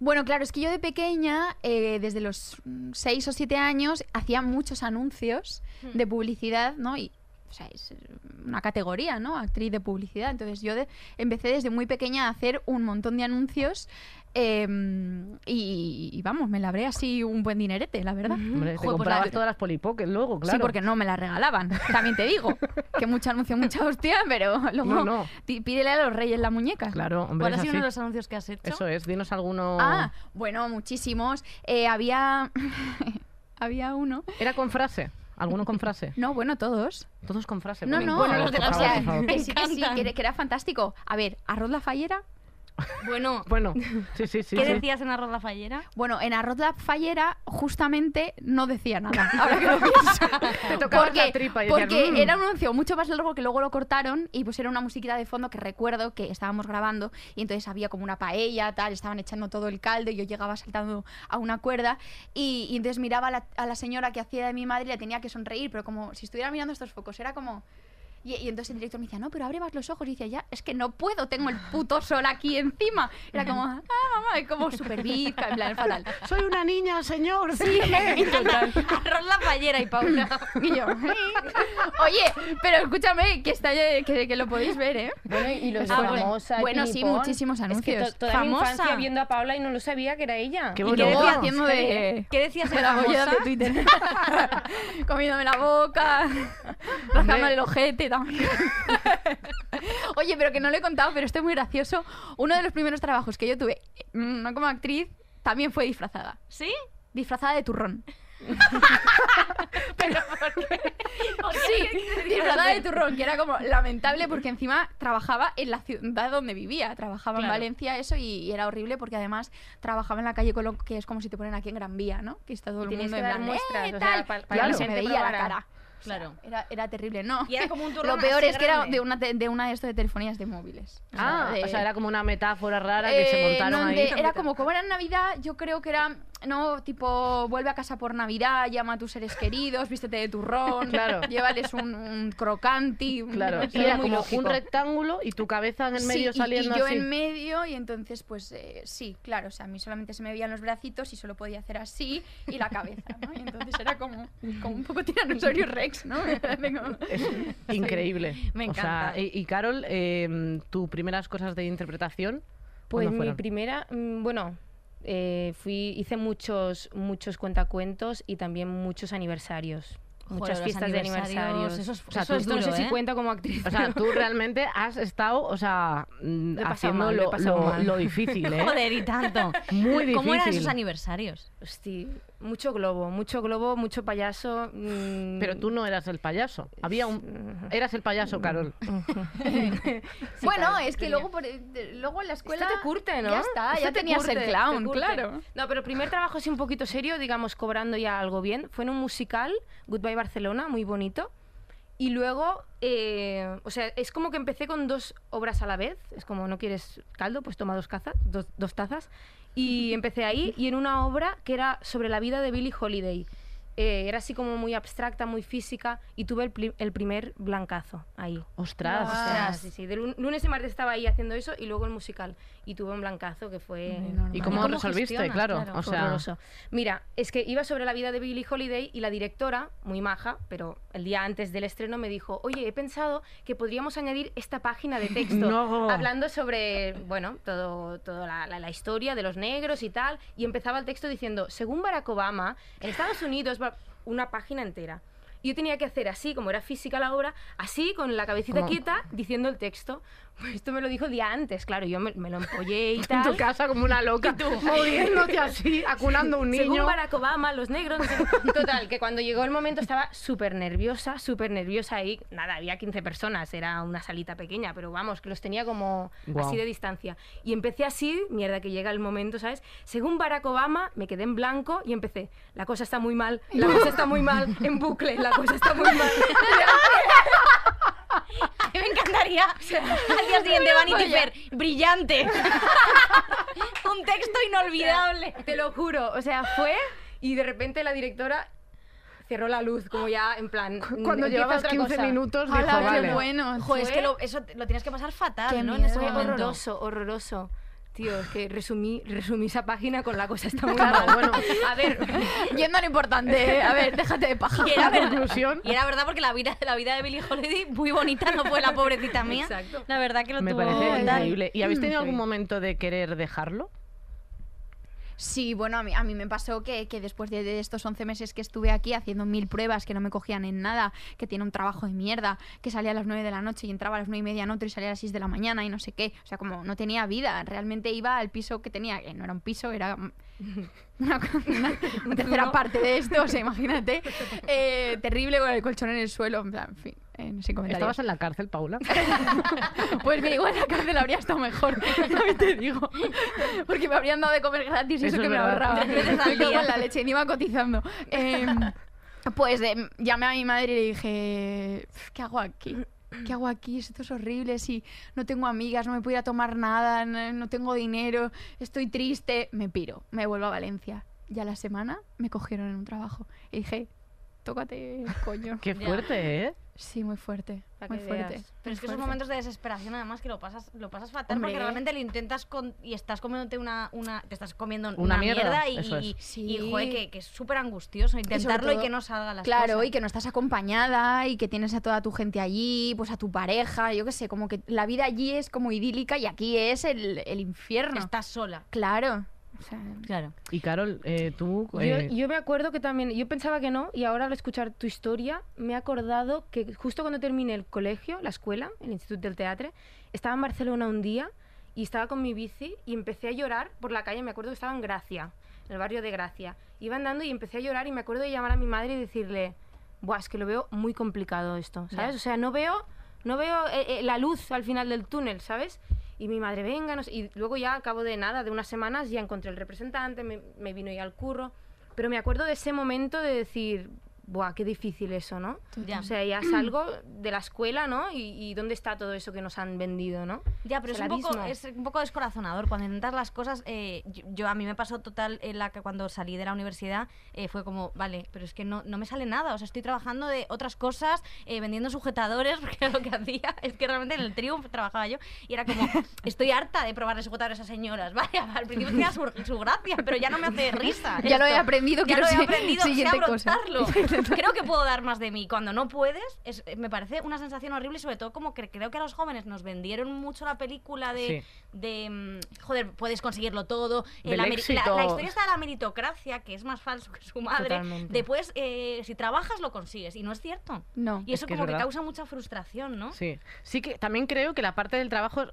bueno, claro, es que yo de pequeña, eh, desde los 6 o 7 años, hacía muchos anuncios
Hmm.
de publicidad, ¿no? Y, o sea, es eh, una categoría, ¿no? Actriz de publicidad. Entonces yo de- empecé desde muy pequeña a hacer un montón de anuncios eh, y, y vamos, me labré así un buen dinerete, la verdad.
Hombre, te
Joder, pues
comprabas
la-
todas las polipoques luego, claro.
Sí, porque no me la regalaban. También
<laughs>
te digo que mucho anuncio, mucha hostia, pero luego
No, no.
ti- pídele a los reyes la muñeca.
Claro, hombre,
¿Cuál
es
ha sido
así.
uno de los anuncios que has hecho?
Eso es, dinos alguno.
Ah, bueno, muchísimos. Eh, había. <laughs> había uno.
Era con frase. ¿Alguno con frase?
No, bueno, todos.
Todos con frase.
No,
ponen,
no.
por favor, por
o
favor,
sea,
por favor.
que sí, que sí,
encantan.
que, que era fantástico. A ver, arroz la fallera.
Bueno,
Bueno, sí,
<laughs>
sí, sí.
¿qué
sí.
decías en Arroz la Fallera?
<laughs> Bueno, en arroz la fallera justamente no decía
<laughs>
nada. Ahora que lo pienso.
Te tocabas
Porque,
la tripa y
porque
decías, "Mm".
era un anuncio mucho más largo que luego lo cortaron y pusieron una musiquita de fondo que recuerdo que estábamos grabando y entonces había como una paella, tal, estaban echando todo el caldo y yo llegaba saltando a una cuerda y, y entonces miraba a la, a la señora que hacía de mi madre y le tenía que sonreír, pero como si estuviera mirando estos focos, era como... Y, y entonces el director me decía, no, pero abre más los ojos. Y decía, ya, es que no puedo, tengo el puto sol aquí encima. Era como, ah, mamá, y como súper bizca, en plan, fatal.
Soy una niña, señor. Sí,
<laughs> Arroz la fallera y Paula.
<laughs>
Y yo, "Eh". oye, pero escúchame, que, está, que, que lo podéis ver, ¿eh?
Bueno, y los
Ah,
de
bueno.
famosa.
Bueno, sí,
Filipón.
muchísimos
Es que
anuncios.
to- toda mi
Famosa.
infancia viendo a Paula y no lo sabía que era ella.
Qué
Y
bonito.
luego haciendo de...
¿Qué decías
<laughs>
en
de la bollera
famosa?
de Twitter. <laughs> Comiéndome la boca, rajándome el ojete también. <laughs> Oye, pero que no lo he contado, pero esto es muy gracioso. Uno de los primeros trabajos que yo tuve, mm, no como actriz, también fue disfrazada.
¿Sí?
Disfrazada de turrón.
¿Por qué?
Sí, disfrazada de turrón, que era como lamentable porque encima trabajaba en la ciudad donde vivía. Trabajaba en
Claro.
Valencia, eso, y, y era horrible porque además trabajaba en la calle Colón, que es como si te ponen aquí en Gran Vía, ¿no? Que está todo el
Tienes
mundo
que
en
dar
plan, de,
muestras,
"Eh,
o sea,
tal",
pa- para
y a
que la
mí se me
gente
veía la
probara.
cara.
Claro.
Era, era terrible, no.
Y era como un turrón
<laughs> Lo peor
así
es que era
grande.
de una, te- de una de esto de telefonías de móviles. O sea,
Ah,
de-
o
eh,
sea, era como una metáfora rara que se
eh,
montaron
no,
ahí.
de- Era como, como era Navidad, yo creo que era, no, tipo, vuelve a casa por Navidad, llama a tus seres queridos, vístete de turrón,
Claro.
llévales un, un crocanti. un-
Claro,
<laughs> no
y
sé,
era
muy
como
lógico.
un rectángulo y tu cabeza en el
Sí,
medio
y-
saliendo
y, yo
así.
en medio y entonces pues eh, sí, claro, o sea, a mí solamente se me veían los bracitos y solo podía hacer así y la cabeza, ¿no? Y entonces era como, como un poco tiranosaurio Rex, ¿no? <laughs> Como-
Es increíble.
Me
O sea,
encanta.
y, y Carol, eh, tus primeras cosas de interpretación.
Pues
¿cuándo
mi
fueron?
primera, mm, bueno, eh, fui, hice muchos, muchos cuentacuentos y también muchos aniversarios. muchas
los
fiestas de
aniversarios,
aniversarios.
eso es-
O sea,
eso
tú-
es
no sé
duro,
si
¿eh?
cuenta como actriz.
O sea, tú realmente has estado, o sea, mm,
Lo he pasado
haciendo
mal, lo he
lo,
pasado
lo-
mal.
lo difícil, ¿eh?
Joder, y tanto.
Muy difícil.
¿Cómo eran esos aniversarios?
Hosti, mucho globo, mucho globo, mucho payaso. mm,
Pero tú no eras el payaso. Había un... Eras el payaso, Carol.
bueno,
claro,
es que
niña.
luego, por- eh, luego en la escuela.
Esto
<laughs>
te curte, ¿no?
Ya está,
Esto
ya
te
tenías
curte,
el
te
clown,
curte.
claro.
No, pero el primer trabajo así un poquito serio, digamos, cobrando ya algo bien, fue en un musical, Goodbye Barcelona, muy bonito. Y luego, eh, o sea, es como que empecé con dos obras a la vez. Es como, no quieres caldo, pues toma dos, caza- dos, dos tazas.
<laughs>
Y empecé ahí y en una obra que era sobre la vida de Billie Holiday. Eh, era así como muy abstracta, muy física, y tuve el, pri- el primer blancazo ahí.
Ostras.
Ostras, sí, sí. De lun- lunes y martes estaba ahí haciendo eso y luego el musical. Y tuve un blancazo que fue
¿Y cómo,
cómo
resolviste?
gestionas?
Claro,
Claro,
o sea...
horroroso. Mira, es que iba sobre la vida de Billie Holiday y la directora, muy maja, pero el día antes del estreno me dijo, oye, he pensado que podríamos añadir esta página de
<laughs>
texto
No.
hablando sobre, bueno, todo, toda la, la- la historia de los negros y tal. Y empezaba el texto diciendo, según Barack Obama, en Estados Unidos va una página entera. Y Yo tenía que hacer así, como era física la obra, así, con la cabecita
Como-
quieta, diciendo el texto. Pues Esto me lo dijo el día antes, claro, yo me, me lo empollé
<laughs>
y
En
tal.
tu casa como una loca, moviéndote así, acunando un
<laughs> Según
niño.
Barack Obama, los negros. no sé qué. Total, que cuando llegó el momento estaba súper nerviosa, súper nerviosa y nada, había 15 personas, era una salita pequeña, pero vamos, que los tenía como
Guau.
así de distancia. Y empecé así, mierda, que llega el momento, ¿sabes? Según Barack Obama, me quedé en blanco y empecé, la cosa está muy mal, la cosa está muy mal, en bucle, la cosa está muy
<laughs>
mal. <laughs>
A mí me encantaría. <laughs> Al día siguiente, Vanity Fair, <laughs> brillante. Un texto inolvidable.
Te lo juro, o sea, fue y de repente la directora cerró la luz, como ya en plan.
Cuando
empieza
llevabas
otra
15
cosa.
minutos, dijo,
Hola, Ah, qué
vale.
bueno.
Joder, es
Fue-
que lo, eso te- lo tienes que pasar fatal,
Qué
¿no? En ese
miedo.
momento.
Horroroso, horroroso. Tío, es que resumí, resumí esa página con la cosa <laughs> está muy
Claro,
mal.
bueno.
A ver,
<laughs> Yendo a lo importante, a ver, déjate de paja.
<laughs> Y era
La
verdad.
conclusión...
Y era verdad porque la vida, la vida de Billie Holiday muy bonita no fue la pobrecita mía.
Exacto.
La verdad que lo
Me
tuvo
parece
tal.
increíble. ¿Y habéis tenido
Sí.
algún momento de querer dejarlo?
Sí, bueno, a mí, a mí me pasó que, que después de, de estos 11 meses que estuve aquí haciendo mil pruebas que no me cogían en nada, que tiene un trabajo de mierda, que salía a las 9 de la noche y entraba a las 9 y media en otro y salía a las 6 de la mañana y no sé qué. O sea, como no tenía vida, realmente iba al piso que tenía, que no era un <laughs> piso, era mm, una, una- una tercera parte de esto, o sea, imagínate. Eh, terrible con el colchón en el suelo, en plan, en fin, eh, no sé comentarios.
¿Estabas en la cárcel, Paula?
Pues mira, igual la cárcel habría estado mejor, <laughs> no te digo. Porque me habrían dado de comer gratis y
Eso
eso,
es
que me
verdad.
ahorraba.
Tres veces
<laughs> Me cago en la leche, ni iba cotizando. Eh, pues eh, llamé a mi madre y le dije, ¿qué hago aquí? ¿Qué hago aquí? Esto es horrible. Si no tengo amigas, no me pudiera tomar nada, no, no tengo dinero, estoy triste. Me piro, me vuelvo a Valencia. Y a la semana me cogieron en un trabajo. Y dije, tócate, el coño.
Qué fuerte, ¿eh?
<laughs> Sí, muy fuerte.
Pa'
Muy
que
fuerte.
veas.
Pero es que esos
muy fuerte.
momentos de desesperación, además, que lo pasas, lo pasas fatal
Hombre.
porque realmente lo intentas con, y estás comiéndote una, una te estás comiendo una,
mierda,
mierda, y,
eso es.
y,
Sí.
y, joder, que, que es súper angustioso
sobre
intentarlo y,
todo-
que no salga las
Claro,
cosas.
y que no estás acompañada y que tienes a toda tu gente allí, pues a tu pareja, yo qué sé, como que la vida allí es como idílica y aquí es el, el infierno.
estás sola.
Claro. O sea,
Claro.
Y Carol, eh, tú...
yo,
eh,
yo me acuerdo que también, yo pensaba que no, y ahora al escuchar tu historia, me he acordado que justo cuando terminé el colegio, la escuela, el Instituto del Teatro, estaba en Barcelona un día y estaba con mi bici y empecé a llorar por la calle, me acuerdo que estaba en Gracia, en el barrio de Gracia. Iba andando y empecé a llorar y me acuerdo de llamar a mi madre y decirle, Buah, es que lo veo muy complicado esto, ¿sabes?
Ya.
O sea, no veo, no veo eh, eh, la luz al final del túnel, ¿sabes? Y mi madre, venga, no sé- y luego ya al cabo de nada, de unas semanas, ya encontré el representante, me, me vino ya al curro. Pero me acuerdo de ese momento de decir, buah, qué difícil eso, ¿no?
Ya.
O sea, ya salgo de la escuela, ¿no? Y, y dónde está todo eso que nos han vendido, ¿no?
Ya, pero
O
es
sea,
un,
el
poco,
abismo.
es un poco descorazonador cuando intentas las cosas. eh, yo, yo- a mí me pasó total en la que cuando salí de la universidad eh, fue como, vale, pero es que no, no me sale nada. O sea, estoy trabajando de otras cosas, eh, vendiendo sujetadores, <laughs> porque lo que hacía es que realmente en el Triumph trabajaba yo y era <laughs> como, estoy harta de probarle sujetadores a esas señoras. <laughs> Vale, al principio tenía su, su gracia, pero ya no me hace risa.
ya lo he
esto.
aprendido,
Ya
<laughs>
quiero
lo he
se-
aprendido, sé
siguiente cosa.
afrontarlo. creo que puedo dar más de mí. Cuando no puedes, es- eh, me parece una sensación horrible, y sobre todo como que creo que a los jóvenes nos vendieron mucho la película de,
Sí.
de, mm, joder, puedes conseguirlo todo. eh,
Del
la, meri- la-
éxito.
la historia está de la meritocracia, que es más falso que su madre.
Totalmente.
Después, eh, si trabajas, lo consigues. Y no es cierto.
<laughs> No.
Y eso
que es
como que
verdad.
causa mucha frustración, ¿no?
Sí, sí que también creo que la parte del trabajo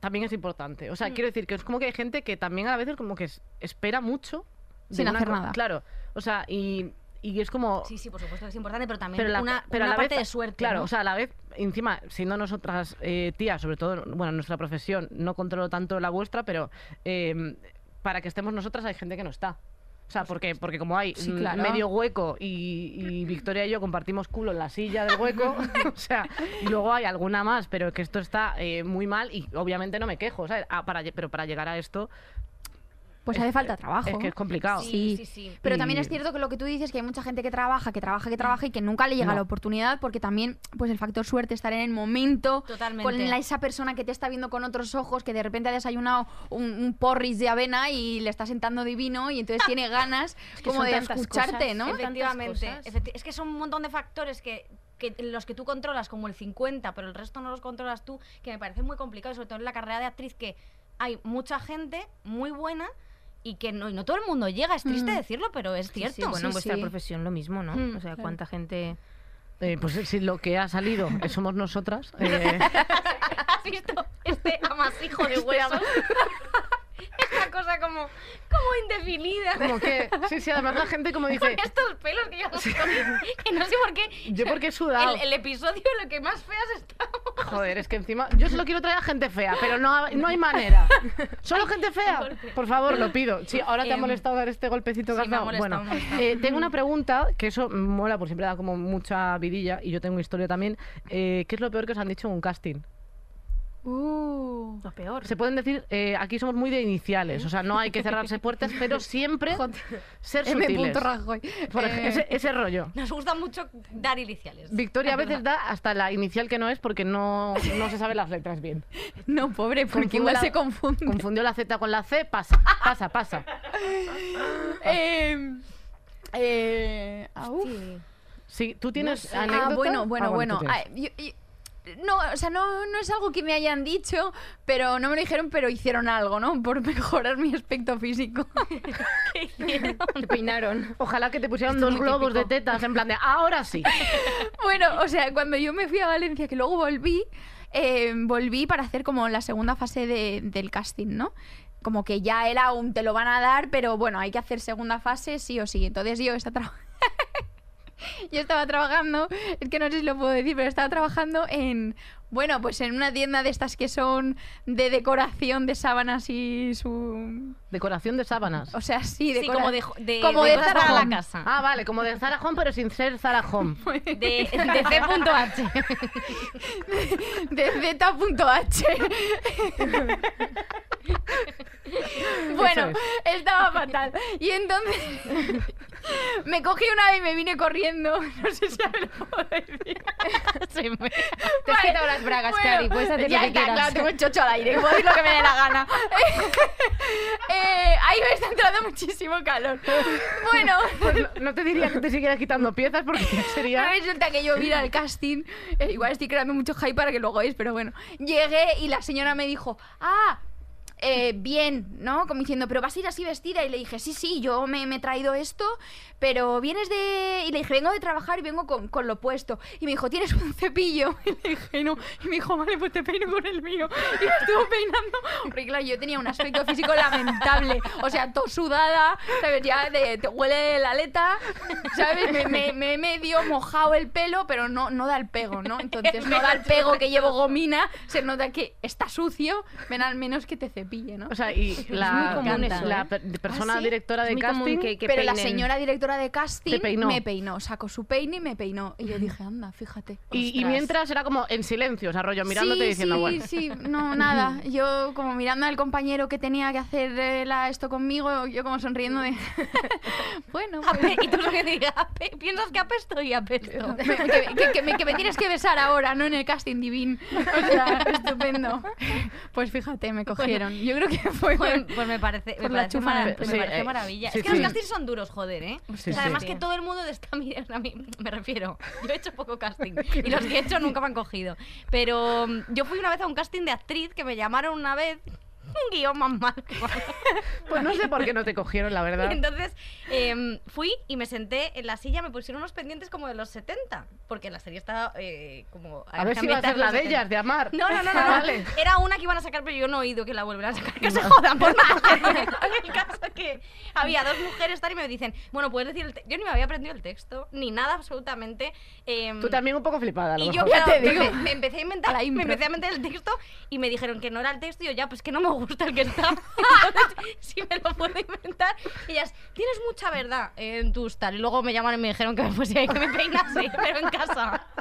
también es importante. O sea, quiero decir que es como que hay gente que también a veces como que es- espera mucho. de
Sin
una
hacer
co-
nada.
Claro, o sea, y, y es como...
Sí, sí, por supuesto que es importante, pero también
Pero la,
una,
pero a
una
la
parte
vez-
de suerte.
Claro,
¿no?
o sea, a la vez, encima, siendo nosotras eh, tías, sobre todo, bueno, en nuestra profesión, no controlo tanto la vuestra, pero eh, para que estemos nosotras hay gente que no está. O sea, porque, porque como hay
Sí,
mm,
claro.
medio hueco y, y Victoria y yo compartimos culo en la silla del
<laughs>
hueco, <laughs> o sea, y luego hay alguna más, pero que esto está eh, muy mal y obviamente no me quejo, ¿sabes? Ah, para, lle- pero para llegar a esto
Pues hace falta trabajo.
es que es complicado.
Sí,
sí, sí.
Pero también
Y-
es cierto que lo que tú dices, que hay mucha gente que trabaja, que trabaja, que trabaja y que nunca le llega
No.
la oportunidad porque también, pues el factor suerte, estar en el momento,
Totalmente.
con la- esa persona que te está viendo con otros ojos, que de repente ha desayunado un, un porris de avena y le está sentando divino y entonces tiene ganas
que
como
son
de
tantas
escucharte,
cosas,
¿no?
Tantas
Efectivamente.
cosas.
efecti- es que son un montón de factores que, que los que tú controlas, como el 50, pero el resto no los controlas tú, que me parece muy complicado, y sobre todo en la carrera de actriz, que hay mucha gente muy buena y que no, y no todo el mundo llega. Es triste
Mm.
decirlo, pero es
Sí,
cierto.
sí, bueno, en
Sí,
vuestra
sí.
profesión lo mismo, ¿no?
Mm,
o sea, cuánta
<laughs>
gente...
Eh, pues si lo que ha salido somos
<laughs>
nosotras, eh,
<laughs> ¿Has visto este amasijo de huesos? Esta cosa como, como indefinida.
<laughs>
<laughs>
como que... Sí, sí, además la gente como
Con
dice...
estos pelos que yo que no sé por qué. <laughs>
Yo porque he sudado.
El, el episodio en lo que más feas estamos.
Joder, es que encima. Yo solo quiero traer a gente fea,
<laughs>
pero no, no hay manera. ¿Solo gente fea? Por favor, lo pido. Sí, ahora te ha
Em,
molestado dar este golpecito
sí,
que has
me ha
dado.
molestado,
Bueno,
me ha molestado.
eh, tengo una pregunta que eso mola, porque siempre da como mucha vidilla y yo tengo historia también. Eh, ¿Qué es lo peor que os han dicho en un casting?
Uh,
<laughs> Lo peor.
<laughs>
Se pueden decir, eh, aquí somos muy de iniciales, o sea, no hay que cerrarse puertas,
<laughs>
pero siempre ser
M.
sutiles.
Rajoy.
Por ej-
Eh,
ese, ese rollo.
Nos gusta mucho dar iniciales.
Victoria a veces da hasta la inicial que no es porque no, no se saben las letras bien.
No, pobre, porque igual
Confunda-
se
<laughs>
confunde. <laughs>
Confundió la Z con la C, pasa, pasa, pasa.
Eh, eh, au.
Sí, tú tienes
Ah,
anécdota?
bueno,
Ah,
bueno, bueno.
tú tienes.
Ah, yo- yo- no, o sea, no, no es algo que me hayan dicho, pero no me lo dijeron, pero hicieron algo, ¿no? Por mejorar mi aspecto físico.
<laughs>
Te peinaron.
Ojalá que te pusieran dos globos de tetas en plan de ahora sí.
bueno, o sea, cuando yo me fui a Valencia, que luego volví, eh, volví para hacer como la segunda fase de- del casting, ¿no? Como que ya era un te lo van a dar, pero bueno, hay que hacer segunda fase sí o sí. Entonces yo estaba trabajando. <laughs> Yo estaba trabajando, es que no sé si lo puedo decir, pero estaba trabajando en, bueno, pues en una tienda de estas que son de decoración de sábanas y su...
<laughs> Decoración de sábanas.
O sea, sí,
Sí, como de,
decora-
de,
como
de
de
cosas
Zara
para la
Home.
casa.
Ah, vale, como de Zara Home, pero sin ser Zara Home.
De, de C.H.
de Z.h. bueno,
Eso
estaba fatal. Y entonces me cogí una vez y me vine corriendo. No sé si ahora lo puedo decir.
Te has quitado las bragas, Cari. Puedes hacer
ya
pues, lo que
está,
quieras.
claro, tengo el chocho al
<laughs>
aire. Puedo decir lo que me dé la gana. Eh, ahí me está entrando muchísimo calor. Bueno.
Pues no, no te diría que te siguieras quitando piezas porque
<laughs>
sería.
Pero resulta que yo vine al casting, eh, igual estoy creando mucho hype para que lo hagáis, pero bueno. Llegué y la señora me dijo, ah, eh, bien, ¿no? Como diciendo, pero vas a ir así vestida. Y le dije, sí, sí, yo me, me he traído esto, pero vienes de... Y le dije, vengo de trabajar y vengo con, con lo puesto. Y me dijo, ¿tienes un cepillo? <laughs> Y le dije, no. Y me dijo, vale, pues te peino con el mío. Y me estuvo peinando. Porque claro, yo tenía un aspecto físico lamentable. O sea, tosudada, ¿sabes? Ya de- te huele la aleta, ¿sabes? Me, me, me he medio mojado el pelo, pero no, no da el pego, ¿no? Entonces no da el pego que llevo gomina, se nota que está sucio, ven al menos que te cepille, ¿no?
O sea, y la,
muy común eso,
la
¿eh?
per- persona
¿Ah, sí?
directora
Es
de
muy común
casting.
que-
pero la
peinen.
señora directora de casting
Te peinó.
me peinó, sacó su peine y me peinó. Y yo dije, anda, fíjate.
Y, y
Ostras.
mientras era como en silencio, o sea, rollo mirándote
Sí,
diciendo,
sí,
bueno.
sí,
<laughs>
no, nada. Yo como mirando al compañero que tenía que hacer eh, la- esto conmigo, yo como sonriendo de... <laughs> bueno, pues,
Ape, y tú lo que digas, ape, piensas que apesto y apesto.
me- <laughs> que, que- que me, que me tienes
<laughs>
que besar ahora, no en el casting divin. O sea, estupendo. Pues fíjate, me cogieron. Yo creo que fue.
Joder, pues me parece, me
Por la
parece
chufa.
mara- pues me
Pe- sí,
parece
eh,
maravilla.
sí,
es que los
sí.
castings son duros, joder, ¿eh?
Sí,
O sea,
sí.
además que todo el mundo está mirando a mí, me refiero. Yo he hecho poco
<laughs>
casting y los que he hecho nunca me han cogido. Pero mm, yo fui una vez a un casting de actriz que me llamaron una vez un guión más malo. que malo.
Pues no sé por qué no te cogieron, la verdad.
Y <laughs> entonces em, fui y me senté en la silla, me pusieron unos pendientes como de los 70, porque la serie estaba eh, como...
A ver si va a
ambientada
ser
en
la
los
de
70.
ellas, de amar.
No, no, no, no, no.
<laughs> Vale.
Era una que iban a sacar, pero yo no he oído que la vuelvan a sacar. Que se jodan
<laughs>
por nada. <laughs> el caso que había dos mujeres tal y me dicen, bueno, puedes decir el te-". Yo ni me había aprendido el texto, ni nada absolutamente. em,
Tú también un poco flipada, a lo
y yo
mejor.
claro,
te
me- <laughs>
digo.
Me, me empecé a inventar,
A la
me
impro.
empecé a inventar el texto y me dijeron que no era el texto y yo ya, pues que no me gusta el que
<laughs>
está. Entonces, si me lo puedo inventar. Y ellas, tienes mucha verdad en tus tal. Y luego me llamaron y me dijeron que me fuese ahí, que me peinase, <laughs> pero en casa.
<laughs>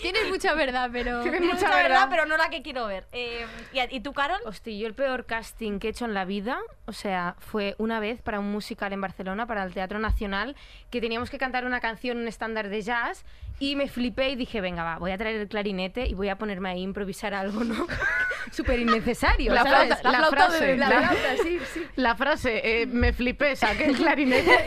Tienes mucha verdad, pero.
Tienes
Tienes
mucha
mucha verdad,
verdad.
pero no la que quiero ver. Eh, y, a- ¿Y tú, Carol?
Hostia, yo el peor casting que he hecho en la vida, o sea, fue una vez para un musical en Barcelona, para el Teatro Nacional, que teníamos que cantar una canción, un estándar de jazz, y me flipé y dije, venga, va, voy a traer el clarinete y voy a ponerme ahí a improvisar algo, ¿no? <laughs> Súper innecesario,
La
¿sabes?
flauta- la frase,
la
la-
flauta, sí, sí.
La frase, eh, me flipé, saqué
<laughs>
el clarinete.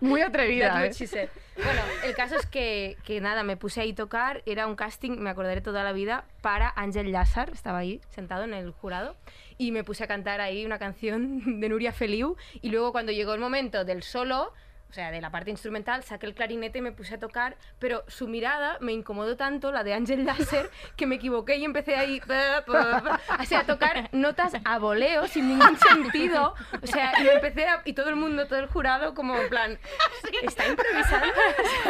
Muy
That's
atrevida,
what
¿eh?
she said. Bueno, el caso es que, que nada, me puse ahí a tocar, era un casting, me acordaré toda la vida, para Ángel Lázar, estaba ahí sentado en el jurado, y me puse a cantar ahí una canción <laughs> de Nuria Feliu, y luego cuando llegó el momento del solo, o sea, de la parte instrumental, saqué el clarinete y me puse a tocar, pero su mirada me incomodó tanto, la de Ángel Lázar, <laughs> que me equivoqué y empecé ahí, <laughs> pa, pa, pa, o sea, a tocar notas a voleo sin ningún sentido, o sea, y me empecé a, y todo el mundo, todo el jurado, como en plan, está improvisando.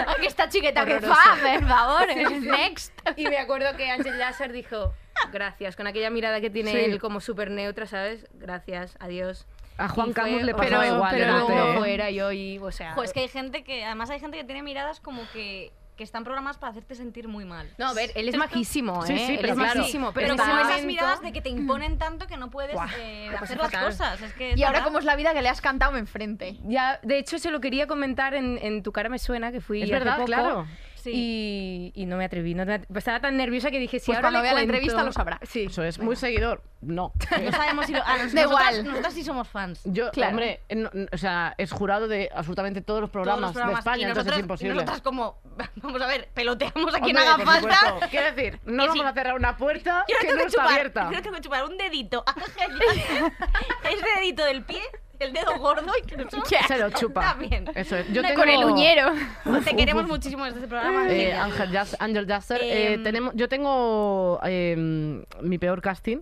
Ah, que esta chiqueta que
Horroroso.
fa, por favor. Next.
<laughs> Y me acuerdo que Ángel Lázaro dijo, gracias, con aquella mirada que tiene
Sí.
él como súper neutra, ¿sabes? Gracias, adiós.
A Juan
Y fue
Camus le
horrible.
pasaba igual.
pero
¿no?
luego
Te-
no fuera yo y, o sea...
Jo, es que hay gente que, además hay gente que tiene miradas como que, que están programadas para hacerte sentir muy mal.
No, a ver, él es
Esto-
majísimo, ¿eh?
Sí, sí,
él
pero
es
claro,
majísimo,
Pero
pero, en ese
como esas
momento-
miradas de que te imponen tanto que no puedes
Buah,
eh,
lo pasé
hacer las
fatal.
cosas. Es que
Y ahora,
como
¿cómo es la vida que le has cantado enfrente?
Ya, de hecho, se lo quería comentar en, en Tu cara me suena, que fui
Es
hace
verdad,
poco,
claro.
Y, y no me atreví, no me at- pues estaba tan nerviosa que dije, si
Pues
ahora
cuando
le
vea la
cuento-
entrevista lo sabrá.
Sí.
Eso es, muy seguidor. No.
No sabemos si <laughs> lo... ah, nos-
Da
nosotras-
igual.
Nosotras sí somos fans.
Yo,
Claro.
hombre, eh, no- n- o sea, es jurado de absolutamente todos los
Todos
programas,
los programas.
de España,
y
entonces
nosotras,
es
y
imposible.
nosotras como, <laughs> vamos a ver, peloteamos a quien
Hombre,
haga
por
falta. <laughs>
supuesto. Quiero decir, no
Que
vamos
sí.
a cerrar una puerta
Yo no
que
tengo
no
que
está
chupar,
abierta.
yo no tengo que chupar un dedito. <laughs> el dedito del pie, el dedo gordo
<laughs>
incluso.
Se
<laughs>
lo chupa.
También.
Eso es. Yo
Una-
tengo...
con el uñero.
Pero.
Te queremos muchísimo desde este programa.
Eh,
Ángel.
Ángel Jas- Ángel Jaster, eh,
Em,
tenemos, yo tengo em, mi peor casting.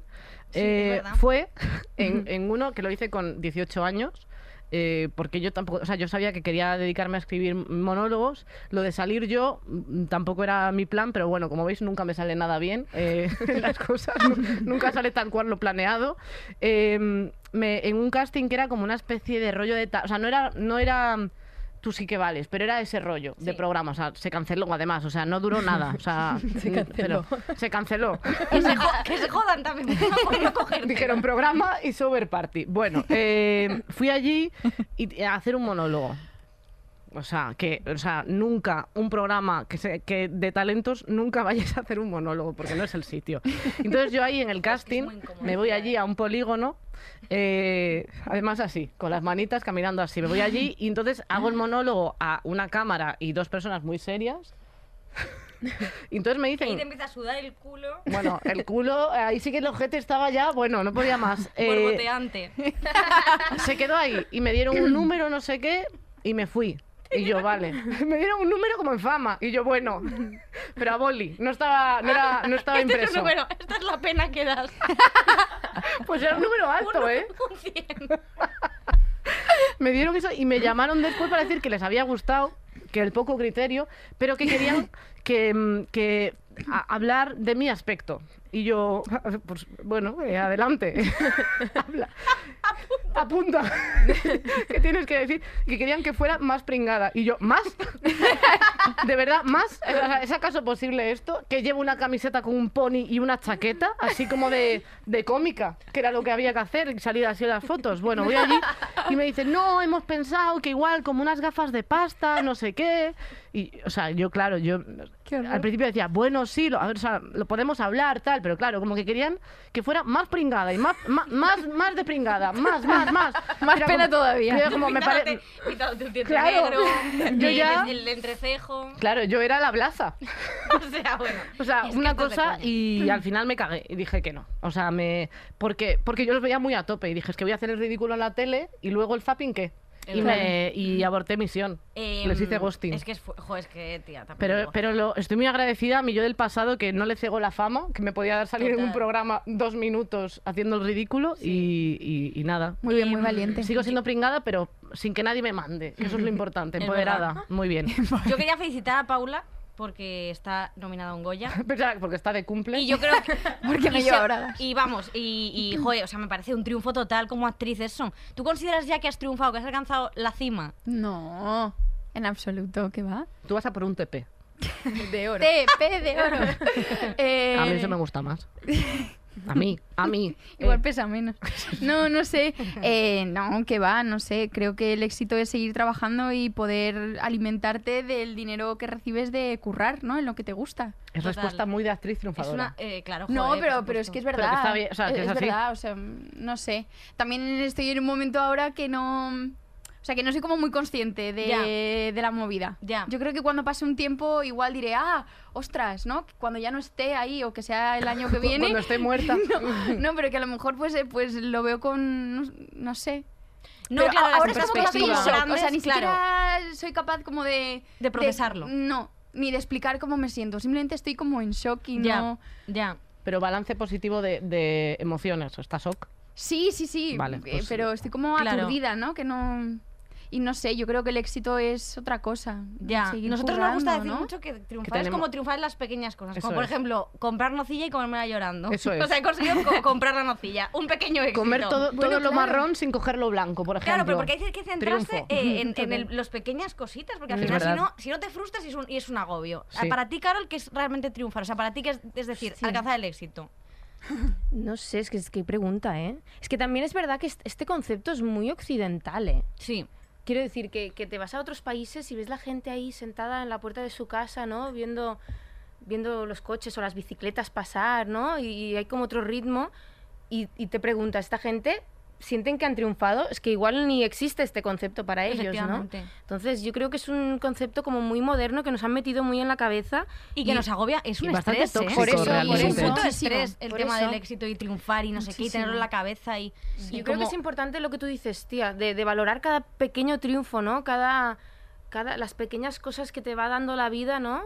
Sí,
eh,
es verdad. <laughs>
fue en, en uno que lo hice con 18 años. eh, porque yo tampoco, o sea, yo sabía que quería dedicarme a escribir monólogos. Lo de salir yo mm, tampoco era mi plan, pero bueno, como veis, nunca me sale nada bien eh, <laughs> las cosas, nu- nunca sale tal cual lo planeado. Em, me- en un casting que era como una especie de rollo de. ta- O sea, no era, no era tú sí que vales, pero era ese rollo de programa, o sea, se canceló además, o sea, no duró nada, o sea, <laughs> se canceló. se canceló.
Que se, jo- que se jodan también. <laughs> No, no cogerte.
Dijeron programa y sober party. Bueno, eh, fui allí y, eh, a hacer un monólogo. O sea, que o sea, nunca un programa que, se- que de talentos nunca vayas a hacer un monólogo porque no es el sitio. Entonces yo ahí en el casting
muy ¿eh? incómodo,
me voy allí a un polígono, eh, además así, con las manitas caminando así. Me voy allí y entonces hago el monólogo a una cámara y dos personas muy serias. <laughs> Y entonces me dicen...
Y te empieza a sudar el culo.
Bueno, el culo, ahí sí que el ojete estaba ya, bueno, no podía
<laughs>
más. Eh, <laughs>
borboteante.
se quedó ahí y me dieron un número, no sé qué, y
<laughs>
me fui. Y yo, vale. Me dieron un número como en fama. Y yo,
<laughs>
bueno, pero a boli. No estaba, no era, no estaba
Este es
impreso.
el número. Esta es la pena que
<laughs>
das.
Pues era
<laughs>
un número alto, ¿eh?
Un 100.
Me dieron eso y me llamaron después para decir que les había gustado, que el poco criterio, pero que querían que, mm, que a- hablar de mi aspecto. Y yo, <laughs> pues bueno, eh, adelante. <laughs> Habla. Apunta. <laughs> ¿Qué tienes que decir? Que querían que fuera más pringada. Y yo, ¿más? ¿De verdad? ¿Más? O sea, ¿Es acaso posible esto? Que llevo una camiseta con un pony y una chaqueta, así como de, de cómica, que era lo que había que hacer y salir así en las fotos. Bueno, voy allí y me dicen, no, hemos pensado que igual como unas gafas de pasta, no sé qué. Y, o sea, yo, claro, yo
Qué horror.
Al principio decía, bueno, sí, lo, a ver, o sea, lo podemos hablar, tal, pero claro, como que querían que fuera más pringada y más, más, más, más de pringada, más, más, más.
Más
Era
pena
como-
todavía.
era como, me pare-
Pintándote- pintándote un diente
Claro.
negro,
Yo
el-
ya-
el entrecejo. <laughs>
Claro, yo era la blaza.
O sea, bueno.
O sea,
Y es que
una
esto es de
cosa
coña.
y al final me cagué y dije que no. O sea, me porque porque yo los veía muy a tope y dije, es que voy a hacer el ridículo en la tele y luego el zapping qué?
Es
Y,
verdad.
me, y aborté misión.
Eh,
Les hice ghosting.
Es que es, fu- jo, es que, tía, también.
Pero,
digo.
pero lo, estoy muy agradecida a mi yo del pasado que no le cegó la fama, que me podía dar salir en un
Total.
programa dos minutos haciendo el ridículo y- y, y nada.
Muy bien, muy
mm,
valiente.
Sigo siendo pringada, pero sin que nadie me mande. que
<laughs>
Eso es lo importante.
Es
Empoderada. Muy
<laughs>
bien. <laughs>
Yo quería felicitar a Paula porque está nominada a un
<laughs>
Goya.
Pero, ah, Porque está de cumple.
<laughs>
Y yo creo que.
Porque me
y
lleva
se-
bragas.
Y vamos, y,
<clears throat>
y joder, o sea, me parece un triunfo total como actriz eso. ¿Tú consideras ya que has triunfado, que has alcanzado la cima?
No, en absoluto, ¿qué va?
Tú vas a por un TP.
De oro.
TP
<laughs>
de oro. Eh,
A mí eso me gusta más. A mí, a mí.
Igual
Eh, <laughs>
pesa menos. No, no sé. Eh, no, que va, no sé. Creo que el éxito es seguir trabajando y poder alimentarte del dinero que recibes de currar, ¿no? En lo que te gusta.
es
Total.
respuesta muy de actriz
Es
triunfadora.
una. eh, claro,
No,
joder,
pero,
por
pero es
supuesto.
que es
Pero que
verdad.
está bien,
Eh,
o sea, que es
es,
así.
verdad, o sea, mm, no sé. También estoy en un momento ahora que no... O sea, que no soy como muy consciente de,
Ya.
de la movida.
Ya.
Yo creo que cuando pase un tiempo igual diré, ah, ostras, ¿no? Cuando ya no esté ahí o que sea
<laughs>
el año que
Cu- Cuando
viene.
esté muerta.
no, pero que a lo mejor pues, eh, pues lo veo con, no, no sé.
No,
Pero
claro,
a-
las
ahora estamos como
perspectivas
en shock, O sea, ni
grandes, claro.
siquiera soy capaz como de...
De procesarlo.
no, ni de explicar cómo me siento. Simplemente estoy como en shock y
Ya,
no...
ya.
Pero balance positivo de, de emociones. ¿Está shock?
Sí, sí, sí.
Vale,
eh,
pues-
pero estoy como
Claro.
aturdida, ¿no? Que no. Y no sé, yo creo que el éxito es otra cosa.
Ya,
Seguir
nosotros
currando,
nos gusta decir
¿no?
mucho que triunfar
Que
es
tenemos-
como triunfar en las pequeñas cosas.
Eso
como por
es.
ejemplo, comprar nocilla y comérmela llorando.
Eso
<laughs>
es.
O sea, he conseguido
<laughs>
co- comprar la nocilla. Un pequeño éxito.
Comer todo, todo
Bueno,
lo
claro.
marrón sin coger lo blanco, por ejemplo.
Claro, pero porque hay que centrarse
Triunfo.
eh, en, en el- las pequeñas cositas, porque al
Es
final si
verdad.
no, si no te frustras es un, y es un agobio.
Sí.
Para ti, Carol, que es realmente triunfar, o sea, para ti que es, es decir, alcanzar el éxito.
No sé, es que es que pregunta, ¿eh? Es que también es verdad que est- este concepto es muy occidental, ¿eh?
Sí.
Quiero decir que, que te vas a otros países y ves la gente ahí sentada en la puerta de su casa, ¿no? Viendo, viendo los coches o las bicicletas pasar, ¿no? Y, y hay como otro ritmo. Y, y te pregunta, ¿esta gente sienten que han triunfado? Es que igual ni existe este concepto para ellos, ¿no?
Efectivamente.
Entonces yo creo que es un concepto como muy moderno que nos han metido muy en la cabeza.
Y que nos agobia, es
y
un
bastante
estrés. ¿eh?
tóxico,
Por eso,
es
realmente.
un punto de
Muchísimo,
estrés el
por
tema
eso.
del éxito y triunfar y no sé qué, y tenerlo en la cabeza. y, y
Yo creo que
como-
es importante lo que tú dices, tía, de, de valorar cada pequeño triunfo, ¿no? Cada, cada, las pequeñas cosas que te va dando la vida, ¿no?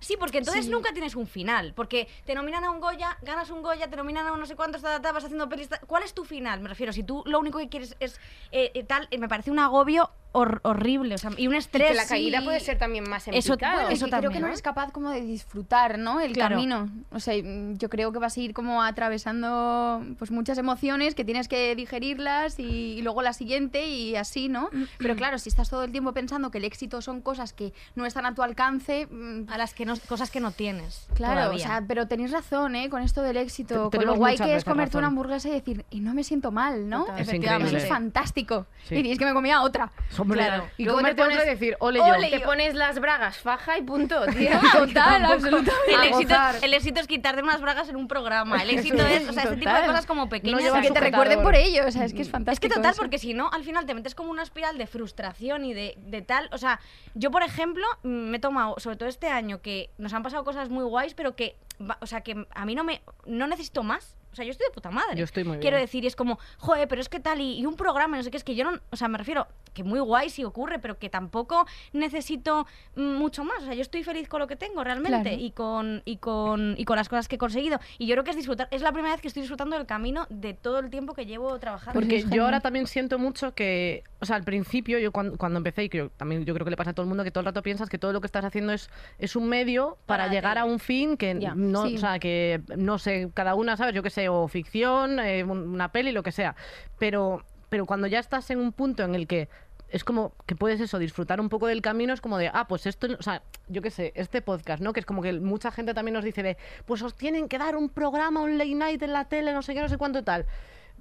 Sí, porque entonces
Sí.
nunca tienes un final. Porque te nominan a un Goya, ganas un Goya, te nominan a un no sé cuántos, ta, ta, ta, vas haciendo pelis. ta- ¿Cuál es tu final? Me refiero, si tú lo único que quieres es eh, eh, tal, eh, me parece un agobio hor- horrible. O sea, y un estrés.
que la caída
y-
puede ser también más en
Eso-
picado.
bueno,
Es
eso
que creo que
también,
no
¿no?
eres capaz como de disfrutar, ¿no? El
Claro.
camino. O sea, mm, yo creo que vas a ir como atravesando pues muchas emociones que tienes que digerirlas y, y luego la siguiente y así, ¿no? Pero claro, si estás todo el tiempo pensando que el éxito son cosas que no están a tu alcance, mm,
A las que no, cosas que no tienes.
Claro,
todavía.
o sea, pero tenéis razón, ¿eh? Con esto del
Te-
éxito, con lo
tenemos
guay
muchas
que
veces
es comerte una
razón.
hamburguesa y decir, y no me siento mal, ¿no?
Total.
Es
Efectivamente, Eso es
increíble.
fantástico.
Sí.
Y dices que me comía otra.
Hombre,
Claro.
Y
Luego te
comerte otra y
pones-
decir, ole yo.
Ole, te pones las bragas, faja y <laughs> punto, tía.
Total, absolutamente.
el,
a
éxito,
gozar.
el éxito es quitarte unas bragas en un programa.
<laughs>
El éxito es, o sea, este tipo de
Total.
cosas como pequeñas.
llevas
que te
sujetador.
recuerden por ello, o sea, es que es
Es
fantástico.
que total,
eso.
porque si no, al final te metes como una espiral de frustración y de, de tal. O sea, yo, por ejemplo, mm, me he tomado, sobre todo este año, que nos han pasado cosas muy guays, pero que, va- o sea, que a mí no me, no necesito más. O sea, yo estoy de puta madre.
Yo estoy muy bien.
Quiero decir, y es como, joder, pero es que tal, y, y un programa, no sé qué, es que yo no, o sea, me refiero, que muy guay si ocurre, pero que tampoco necesito mm, mucho más. O sea, yo estoy feliz con lo que tengo realmente
Claro.
y, con, y, con, y con las cosas que he conseguido. Y yo creo que es disfrutar, es la primera vez que estoy disfrutando del camino de todo el tiempo que llevo trabajando.
<laughs> Porque
es
yo ahora también siento mucho que, o sea, al principio, yo cuando, cuando empecé, y que yo, también yo creo que le pasa a todo el mundo, que todo el rato piensas que todo lo que estás haciendo es, es un medio para,
Para
llegar
ti.
a un fin que
Ya,
no,
sí.
o sea, que no sé, cada una, ¿sabes? Yo qué sé, o ficción, eh, un- una peli, lo que sea. Pero, pero cuando ya estás en un punto en el que es como que puedes eso, disfrutar un poco del camino, es como de, ah, pues esto, o sea, yo qué sé, este podcast, ¿no? Que es como que mucha gente también nos dice de, pues os tienen que dar un programa, un late night en la tele, no sé qué, no sé cuánto y tal.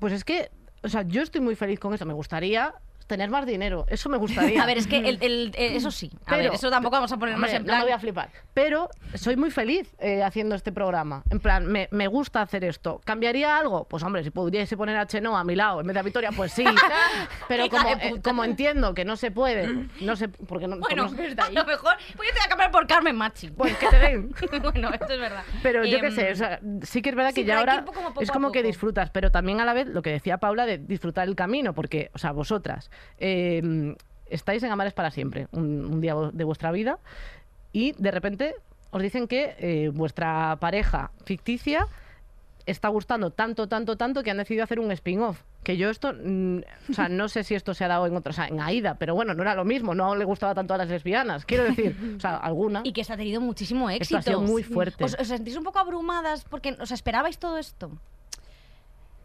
Pues es que, o sea, yo estoy muy feliz con esto, me gustaría tener más dinero. Eso me
<laughs>
gustaría.
A ver, es que el- el- eh, eso sí. A
Pero-
ver, eso tampoco vamos a ponernos
Hombre,
en
no
plan.
me voy a flipar. Pero soy muy feliz eh, haciendo este programa. En plan, me, me gusta hacer esto. ¿Cambiaría algo? Pues hombre, si pudiese poner a Chenoa a mi lado en vez de a Victoria, pues <laughs> sí. Pero
Hija
como,
de
eh,
puta.
como entiendo que no se puede, no sé, porque no...
<laughs> bueno,
pues no-
a lo mejor. Pues yo te voy a cambiar por Carmen Machi.
pues que te den.
<laughs> bueno, esto es verdad.
Pero yo qué
Em,
sé, o sea, sí que es verdad que
sí,
ya
pero hay que
ahora
ir como poco
es
a
como que
poco.
disfrutas, pero también a la vez lo que decía Paula de disfrutar el camino, porque, o sea, vosotras eh, estáis en Amares para siempre, un, un día vo- de vuestra vida, y de repente os dicen que eh, vuestra pareja ficticia está gustando tanto, tanto, tanto que han decidido hacer un spin-off. Que yo esto, mm, o sea, no sé si esto se ha dado en otros, o sea, en Aida, pero bueno, no era lo mismo, no le gustaba tanto a las lesbianas, quiero decir, o sea, alguna.
<laughs> Y que esto ha tenido muchísimo
Esto
éxito.
ha sido muy fuerte.
¿Os, os sentís un poco abrumadas porque os esperabais todo esto?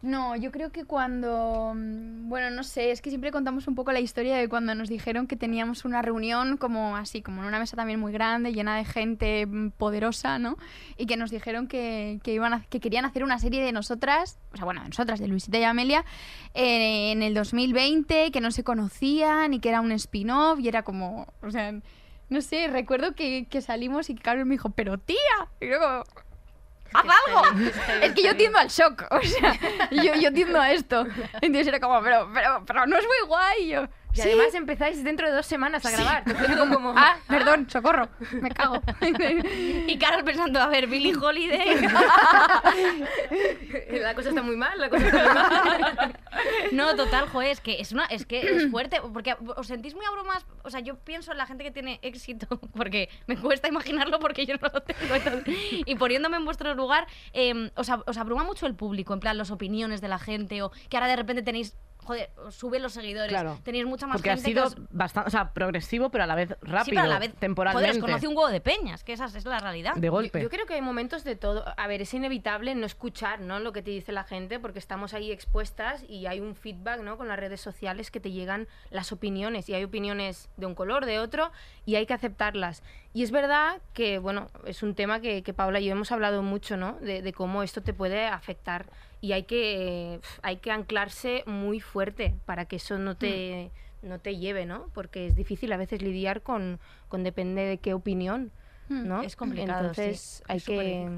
No, yo creo que cuando... mm, Bueno, no sé, es que siempre contamos un poco la historia de cuando nos dijeron que teníamos una reunión como así, como en una mesa también muy grande, llena de gente mm, poderosa, ¿no? Y que nos dijeron que, que iban a- que querían hacer una serie de nosotras, o sea, bueno, de nosotras, de Luisita y Amelia, eh, en el 2020, que no se conocían y que era un spin-off y era como, o sea, no sé, recuerdo que, que salimos y que Carmen me dijo, pero tía, y yo como, ¡Haz algo! Es que yo tiendo al shock, o sea, yo, yo tiendo a esto. Entonces era como, pero, pero, pero no es muy guay. Y yo,
Y
"Sí".
además empezáis dentro de dos semanas a grabar. Te fue como- como-
Ah, perdón, socorro, me <laughs> cago.
Y Carol pensando, a ver,
<laughs>
Billie Holiday.
"Eh, La cosa está muy mal, la cosa está muy mal.
No, total, joder, es que es, una, es que es fuerte, porque os sentís muy abrumadas, o sea, yo pienso en la gente que tiene éxito, <laughs> porque me cuesta imaginarlo porque yo no lo tengo, entonces, y poniéndome en vuestro lugar, eh, os, ab- os abruma mucho el público, en plan, las opiniones de la gente, o que ahora de repente tenéis, joder, os suben los seguidores,
Claro.
tenéis mucha más
Porque ha
gente
sido
que os...
bastante, o sea, progresivo, pero a la vez rápido,
Sí, pero a la vez,
temporalmente,
Joder, os conoce un huevo de peñas, que esa es la realidad.
de golpe.
Yo, yo creo que hay momentos de todo. A ver, es inevitable no escuchar ¿no? lo que te dice la gente porque estamos ahí expuestas y hay un feedback ¿no? con las redes sociales que te llegan las opiniones y hay opiniones de un color, de otro y hay que aceptarlas. Y es verdad que, bueno, es un tema que, que Paula y yo hemos hablado mucho ¿no? de, de cómo esto te puede afectar y hay que, eh, hay que anclarse muy fuerte para que eso no te...
Mm.
no te lleve, ¿no? Porque es difícil a veces lidiar con, con depende de qué opinión. ¿no?
Es complicado, sí.
Entonces hay que...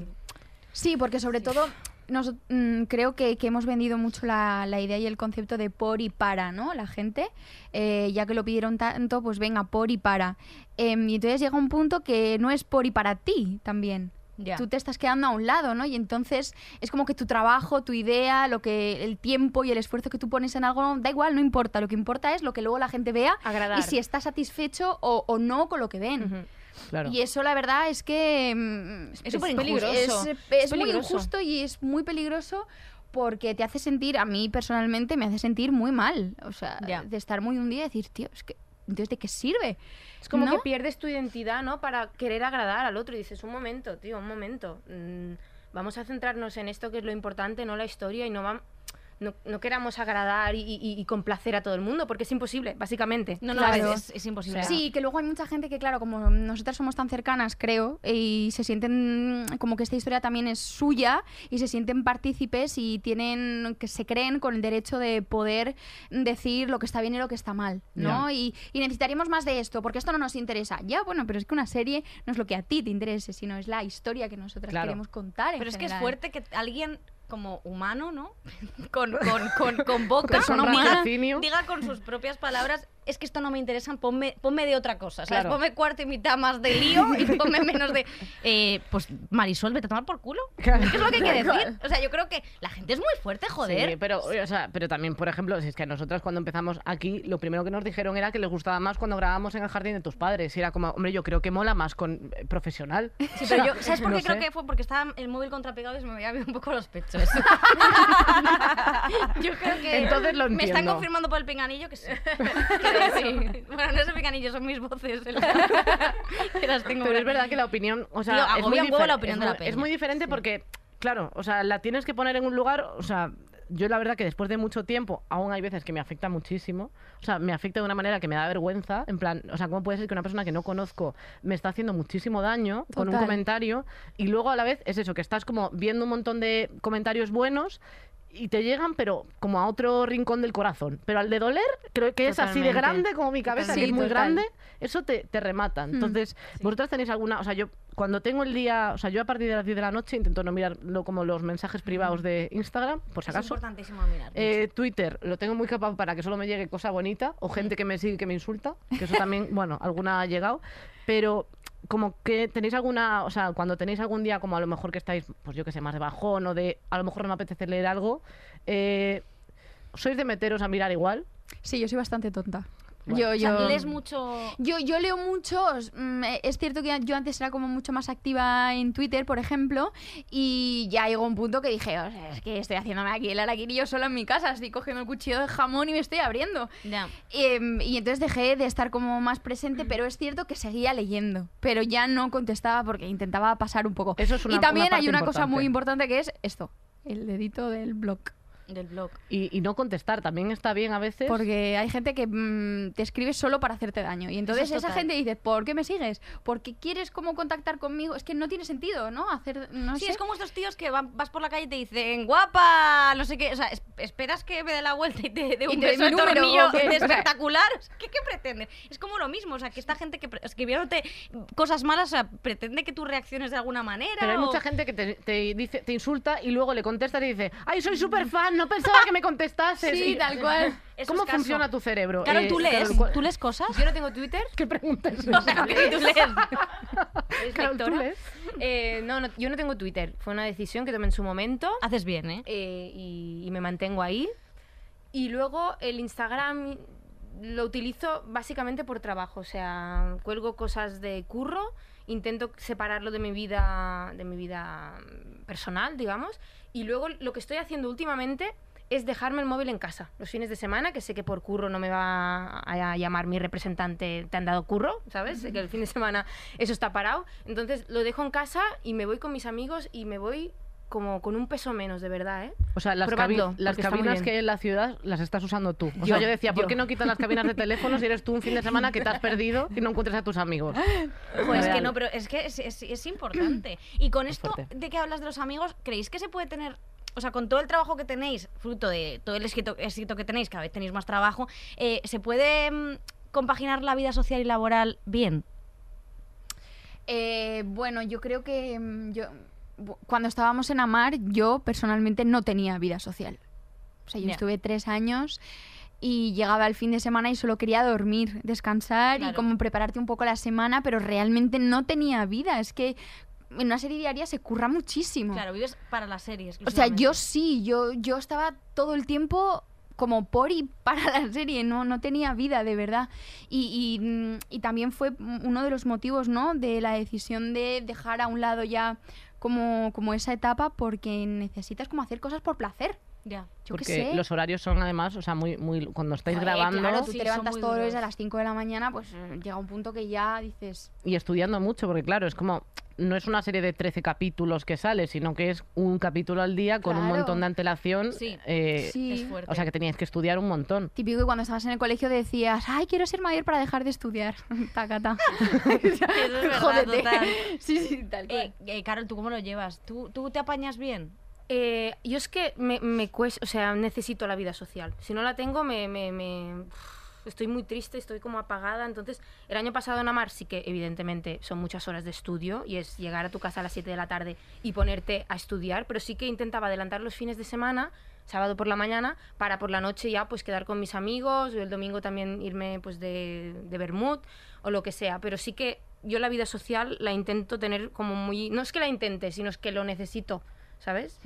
Sí, porque sobre todo nos, mm, creo que, que hemos vendido mucho la, la idea y el concepto de por y para, ¿no? La gente, eh, ya que lo pidieron tanto, pues venga, por y para. Em, y entonces llega un punto que no es por y para ti también.
Ya.
Tú te estás quedando a un lado, ¿no? Y entonces es como que tu trabajo, tu idea, lo que el tiempo y el esfuerzo que tú pones en algo, da igual, no importa. Lo que importa es lo que luego la gente vea
Agradar.
y si está satisfecho o, o no con lo que ven.
Ujú.
claro.
Y eso, la verdad, es que. mm,
Es superinjusto.
Es,
Es
es muy
peligroso.
injusto y es muy peligroso porque te hace sentir, a mí personalmente, me hace sentir muy mal. O sea,
Ya.
de estar muy un día y decir, tío, es que. Entonces, ¿de qué sirve?
Es como
¿No?
que pierdes tu identidad, ¿no? Para querer agradar al otro y dices, un momento, tío, un momento. Mm, vamos a centrarnos en esto que es lo importante, no la historia y no vamos... No, no queramos agradar y, y- y complacer a todo el mundo, porque es imposible, básicamente.
No, no,
Claro.
es, es- es imposible.
Sí, que luego hay mucha gente que, claro, como nosotras somos tan cercanas, creo, y se sienten mm, como que esta historia también es suya y se sienten partícipes y tienen, que se creen con el derecho de poder decir lo que está bien y lo que está mal, ¿no? Y, y necesitaríamos más de esto, porque esto no nos interesa. Ya, bueno, pero es que una serie no es lo que a ti te interese, sino es la historia que nosotras
Claro.
queremos contar. en
Pero es que es
general.
fuerte que alguien como humano, ¿no? <laughs> Con, con, con, con boca,
Con
no humana,
raciocinio.
diga con sus propias palabras, es que esto no me interesa, ponme, ponme de otra cosa, ¿sabes?
Claro.
Ponme cuarto y mitad más de lío
<laughs>
y ponme menos de... Eh, pues Marisol, vete a tomar por culo.
Claro.
Es lo que hay que decir. O sea, yo creo que la gente es muy fuerte, joder.
Sí, pero, o sea, pero también, por ejemplo, si es que a nosotras cuando empezamos aquí, lo primero que nos dijeron era que les gustaba más cuando grabábamos en el jardín de tus padres. Y era como, hombre, yo creo que mola más con eh, profesional. <laughs>
Sí, pero yo, ¿sabes por
no
qué creo
sé.
que fue? Porque estaba el móvil contrapegado y se me había visto un poco los
<laughs>
pechos. yo creo que.
Entonces lo
Me están
entiendo.
confirmando por el pinganillo
<laughs>
que sí. Que sí. Bueno, no es el pinganillo, son mis
<laughs>
voces. en la- que las tengo
Pero
por
es verdad
aquí.
que la opinión, o sea,
Tío,
es
agobia
muy
un huevo la
difer-
opinión
es
de la
muy- Es
peña.
muy diferente porque, claro, o sea, la tienes que poner en un lugar, o sea, yo la verdad que después de mucho tiempo, aún hay veces que me afecta muchísimo, o sea, me afecta de una manera que me da vergüenza, en plan, o sea, ¿cómo puede ser que una persona que no conozco me está haciendo muchísimo daño con un
Total.
comentario y luego a la vez es eso, que estás como viendo un montón de comentarios buenos y te llegan, pero como a otro rincón del corazón. Pero al de doler, creo que es así de
Totalmente.
grande como mi cabeza, que
Sí,
es muy
total.
grande, eso te, te remata.
Mm.
Entonces, vosotras tenéis alguna, o sea, yo cuando tengo el día, o sea, yo a partir de las 10 de la noche intento no mirar lo- como los
Mm.
mensajes privados de Instagram, por si
Es
acaso.
importantísimo mirar.
Eh, Twitter lo tengo muy capaz para que solo me llegue cosa bonita o gente que me sigue y que me insulta, que
<laughs>
eso también, bueno, alguna ha llegado, pero como que tenéis alguna, o sea, cuando tenéis algún día como a lo mejor que estáis, pues yo que sé, más de bajón o de a lo mejor no me apetece leer algo, eh, sois de meteros a mirar igual.
Sí, yo soy bastante tonta.
Bueno.
Yo,
O sea,
yo...
lees mucho.
Yo, yo leo muchos. mm, eh, Es cierto que yo antes era como mucho más activa en Twitter, por ejemplo, y ya llegó un punto que dije, "O sea, es que estoy haciéndome aquí el araquiri yo sola en mi casa, estoy cogiendo el cuchillo de jamón y me estoy abriendo.
Ya.
Em, y entonces dejé de estar como más
Mm.
presente, pero es cierto que seguía leyendo, pero ya no contestaba porque intentaba pasar un poco.
Eso es una-
y también
una parte
hay una cosa
importante.
muy importante que es esto, el dedito del blog.
Del blog.
Y, y no contestar, también está bien a veces.
Porque hay gente que mm, te escribe solo para hacerte daño. Y entonces
Eso es
esa
total.
gente dice, ¿por qué me sigues? Porque quieres como contactar conmigo. Es que no tiene sentido, ¿no? Hacer,
¿Ah,
no
sí,
sé.
es como estos tíos que van- vas por la calle y te dicen, guapa, no sé qué. O sea, es- esperas que me dé la vuelta y te dé un
te dé
beso
mi
de
número,
tornillo
¿o qué?
<laughs>
O sea-
espectacular. O sea, ¿Qué, ¿Qué pretendes? Es como lo mismo. O sea, que esta gente que pre- escribiéndote cosas malas, o sea, pretende que tú reacciones de alguna manera.
Pero hay
o-
mucha gente que te, te dice, te insulta y luego le contestas y dice, ay, soy súper fan, no pensaba que
<laughs>
me contestases.
Sí,
Y-
tal cual.
Eso
¿Cómo
es caso.
funciona tu cerebro?
Carol,
Eh,
¿tú lees?
Carol, ¿cuál-
¿Tú lees cosas? <laughs>
Yo no tengo Twitter.
<laughs> ¿Qué preguntas es
O sea,
esa?
¿tú
<laughs>
lees?
¿Es
Carol, ¿tú
lectora?
lees?
Eh, no, no, yo no tengo Twitter. Fue una decisión que tomé en su momento
Haces bien, ¿eh?
eh, y, y me mantengo ahí. Y luego el Instagram lo utilizo básicamente por trabajo, o sea, cuelgo cosas de curro, intento separarlo de mi vida, de mi vida mm, personal, digamos, y luego lo que estoy haciendo últimamente es dejarme el móvil en casa los fines de semana, que sé que por curro no me va a llamar mi representante, te han dado curro, ¿sabes? Sé Que el fin de semana eso está parado, entonces lo dejo en casa y me voy con mis amigos y me voy como con un peso menos, de verdad, ¿eh?
O sea, las,
Probadlo,
cabi- las
porque está muy
cabinas
bien.
que hay en la ciudad las estás usando tú. O
Yo,
sea, yo decía, ¿por
yo.
qué no quitan las cabinas de teléfono si eres tú un fin de semana que te has perdido y no encuentras a tus amigos?
Pues es que
Real.
no, pero es que es, es- es importante. Y con
Es
esto
fuerte.
de que hablas de los amigos, ¿creéis que se puede tener, o sea, con todo el trabajo que tenéis, fruto de todo el éxito, éxito que tenéis, cada vez tenéis más trabajo, eh, ¿se puede mm, compaginar la vida social y laboral bien?
Eh, bueno, yo creo que mm, yo bu- cuando estábamos en Amar, yo personalmente no tenía vida social. O sea, yo
Ya.
estuve tres años y llegaba el fin de semana y solo quería dormir, descansar y
Claro.
como prepararte un poco la semana, pero realmente no tenía vida. Es que en una serie diaria se curra muchísimo.
Claro, vives para las series.
O sea, yo sí, yo, yo estaba todo el tiempo como por y para la serie, no, no tenía vida de verdad. Y, y, mm, y también fue uno de los motivos, ¿no? De la decisión de dejar a un lado ya como, como esa etapa porque necesitas como hacer cosas por placer.
Ya.
Yo
Porque
qué sé.
los horarios son además, o sea, muy, muy cuando estáis
Joder,
grabando
Claro, tú
Sí, son
te levantas
muy
todos los
duros.
días a las 5 de la mañana, pues eh, llega un punto que ya dices...
y estudiando mucho, porque claro, es como no es una serie de 13 capítulos que sale, sino que es un capítulo al día con un
Claro.
montón de antelación.
Sí.
eh,
sí.
Es fuerte.
O sea, que teníais que estudiar un montón.
Típico que cuando estabas en el colegio decías, ay, quiero ser mayor para dejar de estudiar. <laughs> Tacata.
Eso <laughs> <laughs> es verdad,
<laughs> Jódete.
total.
Sí, sí, tal cual.
Eh, eh, Carol, ¿tú cómo lo llevas? ¿Tú, tú te apañas bien?
Eh, yo es que me, me cuesta, o sea, necesito la vida social. Si no la tengo, me, me- me- estoy muy triste, estoy como apagada. Entonces, el año pasado en Amar sí que, evidentemente, son muchas horas de estudio y es llegar a tu casa a las 7 de la tarde y ponerte a estudiar, pero sí que intentaba adelantar los fines de semana, sábado por la mañana, para por la noche ya pues quedar con mis amigos o el domingo también irme pues de, de Bermud o lo que sea. Pero sí que yo la vida social la intento tener como muy... No es que la intente, sino es que lo necesito. ¿Sabes?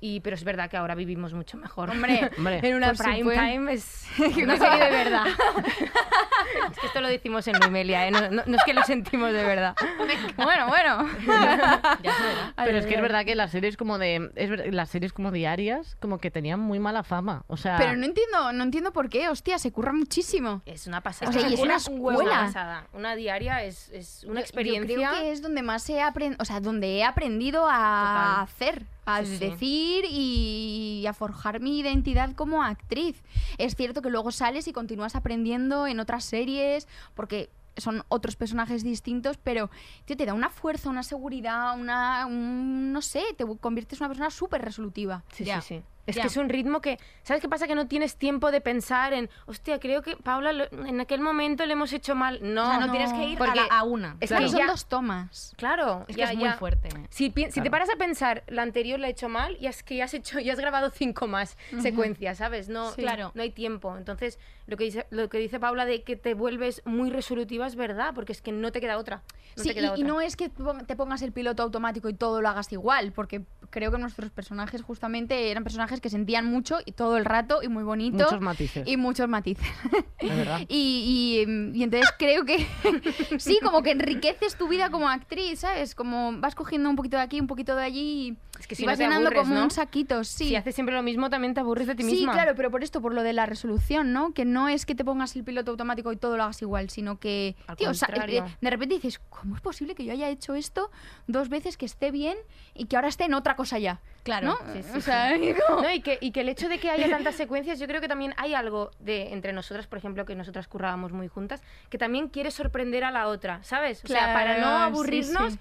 Y, pero es verdad que ahora vivimos mucho mejor. <laughs>
Hombre,
Hombre.
en una
Por prime
supuesto.
time es... <laughs>
Una serie de <laughs> verdad.
Es que esto lo decimos en Luimelia, ¿eh? no, no- no es que lo sentimos de verdad.
bueno, bueno. Ah,
Pero es que es verdad que las series como de es ver- las series como diarias como que tenían muy mala fama, o sea,
Pero no entiendo, no entiendo por qué, hostia, se curra muchísimo.
Es una pasada.
O sea, y es una
huevo
escuela.
pasada. Una diaria es, es una
Yo-
experiencia.
Yo, creo que es donde más he aprendido, o sea, donde he aprendido a
Total.
hacer, a
Sí, sí.
decir y a forjar mi identidad como actriz. Es cierto que luego sales y continúas aprendiendo en otras series, porque son otros personajes distintos, pero tío, te da una fuerza, una seguridad, una un- no sé, te conviertes en una persona súper resolutiva.
Sí,
Ya.
sí, sí. Es
Ya.
que es un ritmo que, ¿sabes qué pasa? Que no tienes tiempo de pensar en, hostia, creo que Paula lo- en aquel momento le hemos hecho mal. No,
o sea, no, tienes que ir a,
porque-
la- a una.
Es
Claro,
que
son
ya-
dos tomas.
Claro,
Es que
ya-
es muy
ya-
fuerte.
Si, pi- si te paras a pensar, la anterior la he hecho mal, y es que ya has hecho, ya has grabado cinco más secuencias, ¿sabes? No,
Sí. Claro.
no hay tiempo. Entonces, lo que dice, lo que dice Paula de que te vuelves muy resolutiva es verdad, porque es que no te queda otra. No
sí,
te queda
y, y
otra.
no es que pon- te pongas el piloto automático y todo lo hagas igual, porque creo que nuestros personajes justamente eran personajes que sentían mucho y todo el rato y muy bonito.
Muchos matices.
Y muchos matices.
Es verdad.
<laughs> Y, y, mm, y entonces creo que <laughs> sí, como que enriqueces tu vida como actriz, ¿sabes? Como vas cogiendo un poquito de aquí, un poquito de allí y,
Es que
y
si no
vas
te
llenando
aburres,
como
¿no?
un saquito, sí.
Si haces siempre lo mismo, también te aburres de ti
Sí,
misma.
claro, pero por esto, por lo de la resolución, ¿no? Que no es que te pongas el piloto automático y todo lo hagas igual, sino que,
Al
tío, o sea,
contrario.
eh, de repente dices, ¿cómo es posible que yo haya hecho esto dos veces, que esté bien y que ahora esté en otra cosa ya?
Claro.
¿No?
sí, sí,
<laughs>
o sea, <laughs> como-
No, y, que, y que el hecho de que haya tantas secuencias, yo creo que también hay algo de entre nosotras, por ejemplo, que nosotras currábamos muy juntas, que también quiere sorprender a la otra, ¿sabes? O sea, para no
Claro, sí,
aburrirnos.
sí.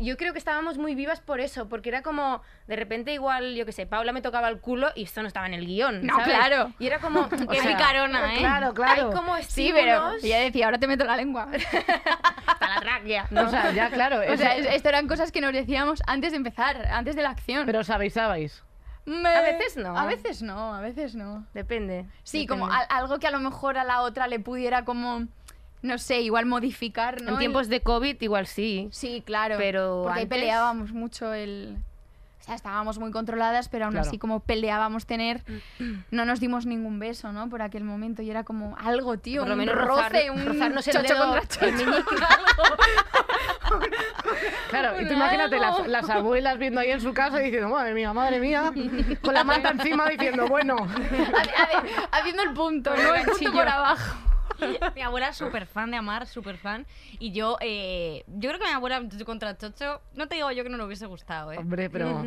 Yo creo que estábamos muy vivas por eso, porque era como, de repente igual, yo qué sé, Paula me tocaba el culo y esto no estaba en el guión.
No,
¿sabes?
claro.
Y
<laughs>
era como... que
Qué picarona, ¿eh?
Claro, claro.
Hay como
Sí, pero
estímulos.
ella decía, ahora te meto la
<laughs>
lengua.
Hasta la tráquea, ¿no?
O sea, ya, claro.
<laughs>
Pues
o
es-
sea, es- esto eran cosas que nos decíamos antes de empezar, antes de la
<laughs>
acción.
Pero os avisabais.
Me-
a veces no.
A veces no, a veces no.
Depende.
Sí,
depende.
como al- algo que a lo mejor a la otra le pudiera como, no sé, igual modificar, ¿no?
En
El-
tiempos de COVID igual sí.
Sí, claro.
Pero
porque ahí
antes-
peleábamos mucho el. O sea, estábamos muy controladas, pero aún
Claro.
así como peleábamos
<clears throat>
tener, no nos dimos ningún beso, ¿no? Por aquel momento y era como algo, tío,
Por lo
un
menos rozar-
roce, un
rozarnos el
chocho
dedo,
contra
el
chocho.
<laughs>
Claro, y tú imagínate las, las abuelas viendo ahí en su casa y diciendo, madre mía, madre mía, con la manta encima diciendo,
<laughs>
bueno,
Ha- ha- Haciendo el punto, ¿no? El punto por abajo.
<laughs> Mi abuela es súper fan de amar, súper fan. Y yo, eh, yo creo que mi abuela contra Chocho, no te digo yo que no le hubiese gustado, ¿eh?
hombre,
<laughs>
pero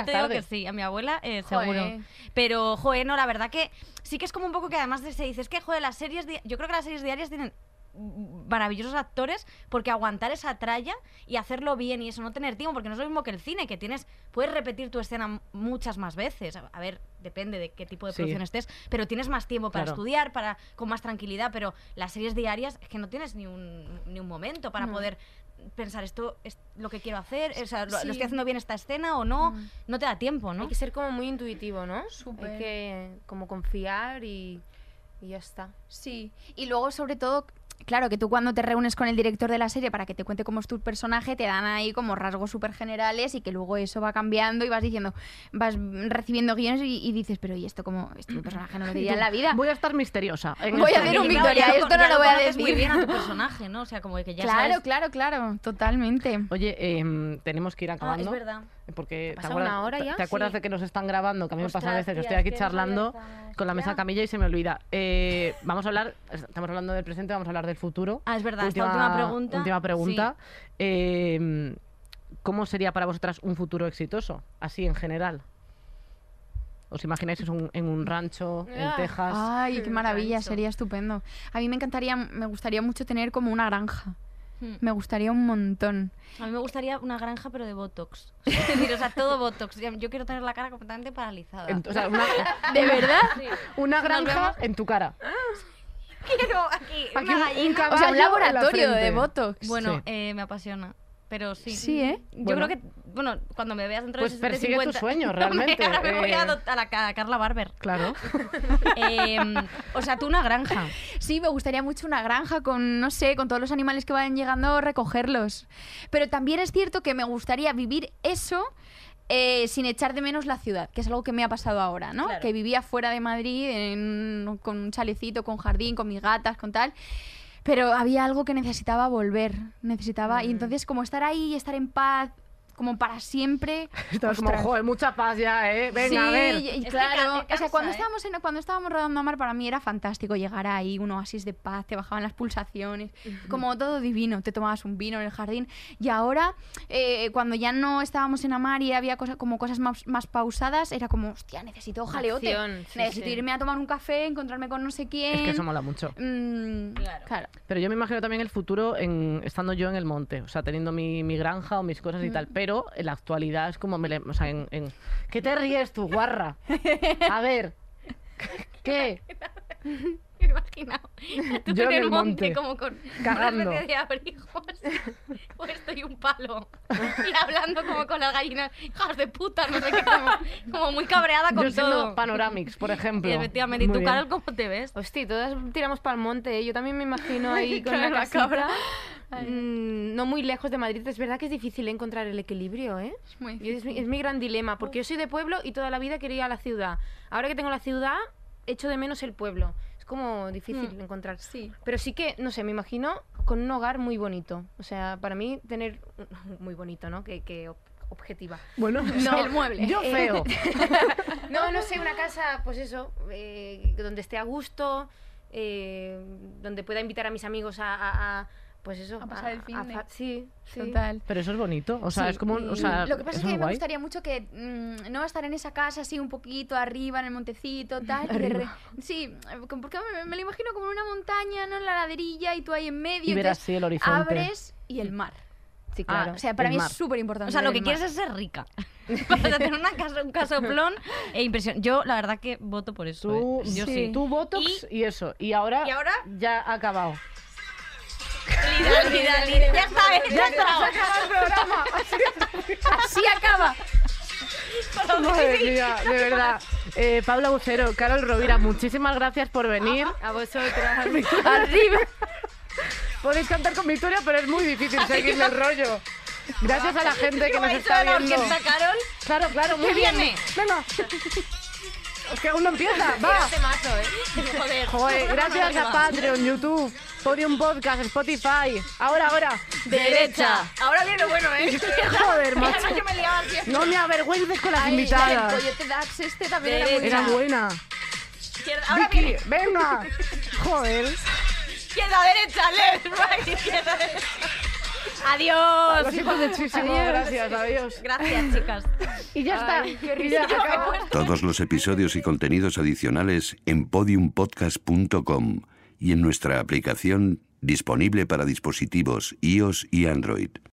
yo
es
te digo
tarde.
que sí, a mi abuela eh,
Joder.
seguro. Pero, joder, no, la verdad que sí que es como un poco que además de- se dice, es que, joder, las series, di- yo creo que las series diarias tienen maravillosos actores porque aguantar esa tralla y hacerlo bien y eso, no tener tiempo, porque no es lo mismo que el cine, que tienes, puedes repetir tu escena m- muchas más veces, a a ver, depende de qué tipo de
Sí.
producción estés, pero tienes más tiempo para
Claro.
estudiar, para con más tranquilidad, pero las series diarias es que no tienes ni un, ni un momento para poder pensar esto es lo que quiero hacer, o sea, lo, lo
Sí.
estoy haciendo bien esta escena o no,
Mm.
no te da tiempo, ¿no?
Hay que ser como muy intuitivo, ¿no?
Súper.
Hay que como confiar y, y ya está.
Sí, y luego sobre todo, claro, que tú cuando te reúnes con el director de la serie para que te cuente cómo es tu personaje, te dan ahí como rasgos súper generales y que luego eso va cambiando y vas diciendo, vas recibiendo guiones y, y dices, pero ¿y esto cómo? Este personaje no lo diría en la vida.
Voy a estar misteriosa. en este
Voy a
esto.
hacer un
Y claro,
Victoria,
ya
esto no
ya
lo voy a
conoces muy
decir.
bien a <laughs> tu personaje, ¿no? O sea, como que ah, ya
claro,
sabes...
claro, claro, totalmente.
Oye, em, tenemos que ir
Ah,
acabando.
es verdad.
Porque
¿Pasa una hora
te-
ya?
¿Te acuerdas
Sí.
de que nos están grabando? Que a mí me pasa a
Ostras,
veces
tía,
que estoy
es
aquí
que nos
charlando
adelantamos.
con la mesa
Ya.
camilla y se me olvida. Eh, vamos a hablar, estamos hablando del presente, vamos a hablar del futuro.
Ah, es verdad, esta última pregunta.
última pregunta. Eh, ¿Cómo sería para vosotras un futuro exitoso? Así en general. ¿Os imagináis en un, en un rancho, en
Ah.
Texas?
Ay, qué maravilla,
Rancho.
sería estupendo. A mí me encantaría, me gustaría mucho tener como una granja.
Hmm.
Me gustaría un montón.
A mí me gustaría una granja, pero de Botox. <laughs> Es decir, o sea, todo Botox. Ya- Yo quiero tener la cara completamente paralizada.
En- o sea, una,
¿De verdad?
<laughs>
una granja
vemos.
en tu cara.
quiero aquí,
<laughs> Aquí
una
un- un
gallina.
ca-
<laughs> O
Caballo
sea,
en
un
la
laboratorio de
frente.
Botox.
Bueno,
Sí.
eh, me apasiona. Pero sí.
Sí, ¿eh?
Yo
Bueno.
creo que, bueno, cuando me veas dentro
Pues
de 60,
persigue tu
50
sueño,
No, <laughs> me-
realmente,
ahora me voy
eh.
a, adop- a la ca- a Carla Barber. <laughs>
<laughs> Claro.
Eh, o sea, tú una granja.
Sí, me gustaría mucho una granja con, no sé, con todos los animales que vayan llegando, recogerlos. Pero también es cierto que me gustaría vivir eso eh, sin echar de menos la ciudad, que es algo que me ha pasado ahora, ¿no?
Claro.
Que vivía fuera de Madrid, en- con un chalecito, con jardín, con mis gatas, con tal. Pero había algo que necesitaba volver, necesitaba... Y entonces como estar ahí, estar en paz, como para siempre...
Estás como,
ostras.
joder, mucha paz ya, ¿eh? Venga, a
Sí,
ver.
y- y
Es que
claro.
ca- te
o sea,
cansa,
cuando
¿eh?
estábamos en- cuando estábamos rodando a mar para mí era fantástico llegar ahí, un oasis de paz, te bajaban las pulsaciones, como todo divino, te tomabas un vino en el jardín. Y ahora, eh, cuando ya no estábamos en Amar y había cosas como cosas más, más pausadas, era como, hostia, necesito jaleote.
Acción, sí,
necesito
sí.
irme a tomar un café, encontrarme con no sé quién.
Es que eso mola mucho.
Mm,
Claro.
claro. Mm.
Pero yo me imagino también el futuro en, estando yo en el monte, o sea, teniendo mi, mi granja o mis cosas y tal. pero en la actualidad es como... Me le- o sea, en, en- ¿Qué te ríes tú,
<laughs>
guarra? A ver. ¿Qué?
Me he
<laughs>
imaginado. Tú
Yo
en el monte,
monte.
como con
Cagando.
una especie de abrigos, <laughs> puesto y un palo. Y hablando como con las gallinas, hijas de puta, no sé qué, como, como muy cabreada con
Yo siendo
todo.
panoramics, por ejemplo.
Y efectivamente, ¿y
Muy
tú,
bien.
Carol, cómo te ves?
Hostia, todas tiramos para el monte, ¿eh? Yo también me
<laughs>
imagino ahí con la,
Claro, la
casita.
cabra.
Mm, no muy lejos de Madrid. Es verdad que es difícil encontrar el equilibrio, ¿eh?
Es muy
Yo- es, mi, es mi gran dilema, porque yo soy de pueblo y toda la vida quería ir a la ciudad. Ahora que tengo la ciudad, echo de menos el pueblo. Es como
Mm.
difícil encontrar.
Sí.
Pero sí que, no sé, me imagino con un hogar muy bonito. O sea, para mí tener un- <laughs> muy bonito, ¿no? Que, que ob- objetiva.
Bueno, no,
el mueble.
Yo
<laughs>
feo.
No, no sé, una casa, pues eso, eh, donde esté a gusto, eh, donde pueda invitar a mis amigos a, a- a, pues eso,
A pasar el fin de-
fa- sí, sí.
Total.
Pero eso es bonito. O sea,
Sí,
es como... un- O sea,
lo que pasa es
eso
que a mí me
guay.
gustaría mucho que mm, no estar en esa casa así un poquito arriba, en el montecito, tal. y de re- Sí, eh, con- porque me, me lo imagino como en una montaña, ¿no? En la laderilla y tú ahí en medio.
Y ver
entonces
así el horizonte.
Abres y el mar.
Sí,
Ah,
claro.
O sea, para
el
mí
mar.
es súper importante.
O sea, lo que quieres
quieres
es ser <laughs> rica. Para tener una casa, un casoplón e impresión. Yo, la verdad, que voto por eso.
Tú,
¿eh? Yo sí.
tú Botox y, eso. Y ahora,
¿Y ahora?
ya
<laughs>
ha acabado.
Lidl,
<laughs>
Lidl, Lidl. Ya está, ¿eh? ya está.
Así acaba.
<laughs>
Madre mía, de verdad. Eh, Paula Bucero, Carol Rovira, muchísimas gracias por venir.
<laughs>
A vosotras.
Arriba. Podéis cantar con Victoria, pero es muy difícil seguirle el rollo. Gracias a la gente que nos
Vais
está
a la
viendo.
orquesta, Carol.
Claro, claro, muy
¿Qué
bien.
viene? <laughs>
Venga. Es que aún no empieza. Va.
¿eh? Joder.
Joder, gracias a Patreon, YouTube, Podium Podcast, Spotify. Ahora, ahora.
Derecha. Ahora viene lo bueno, ¿eh? <laughs>
Joder, macho.
Además, yo me liaba siempre.
No me avergüences con las
Ay,
invitadas.
El coyote Dax este también era muy
Derecha.
Era buena.
Izquierda. Ahora
Vicky,
viene
venga. Joder.
izquierda, derecha, left, right, izquierda, derecha.
Lo
Adiós.
siento muchísimo. Gracias, adiós.
Gracias, chicas.
Y ya está. Y ya acaba.
Todos los episodios y contenidos adicionales en podiumpodcast.com y en nuestra aplicación disponible para dispositivos iOS y Android.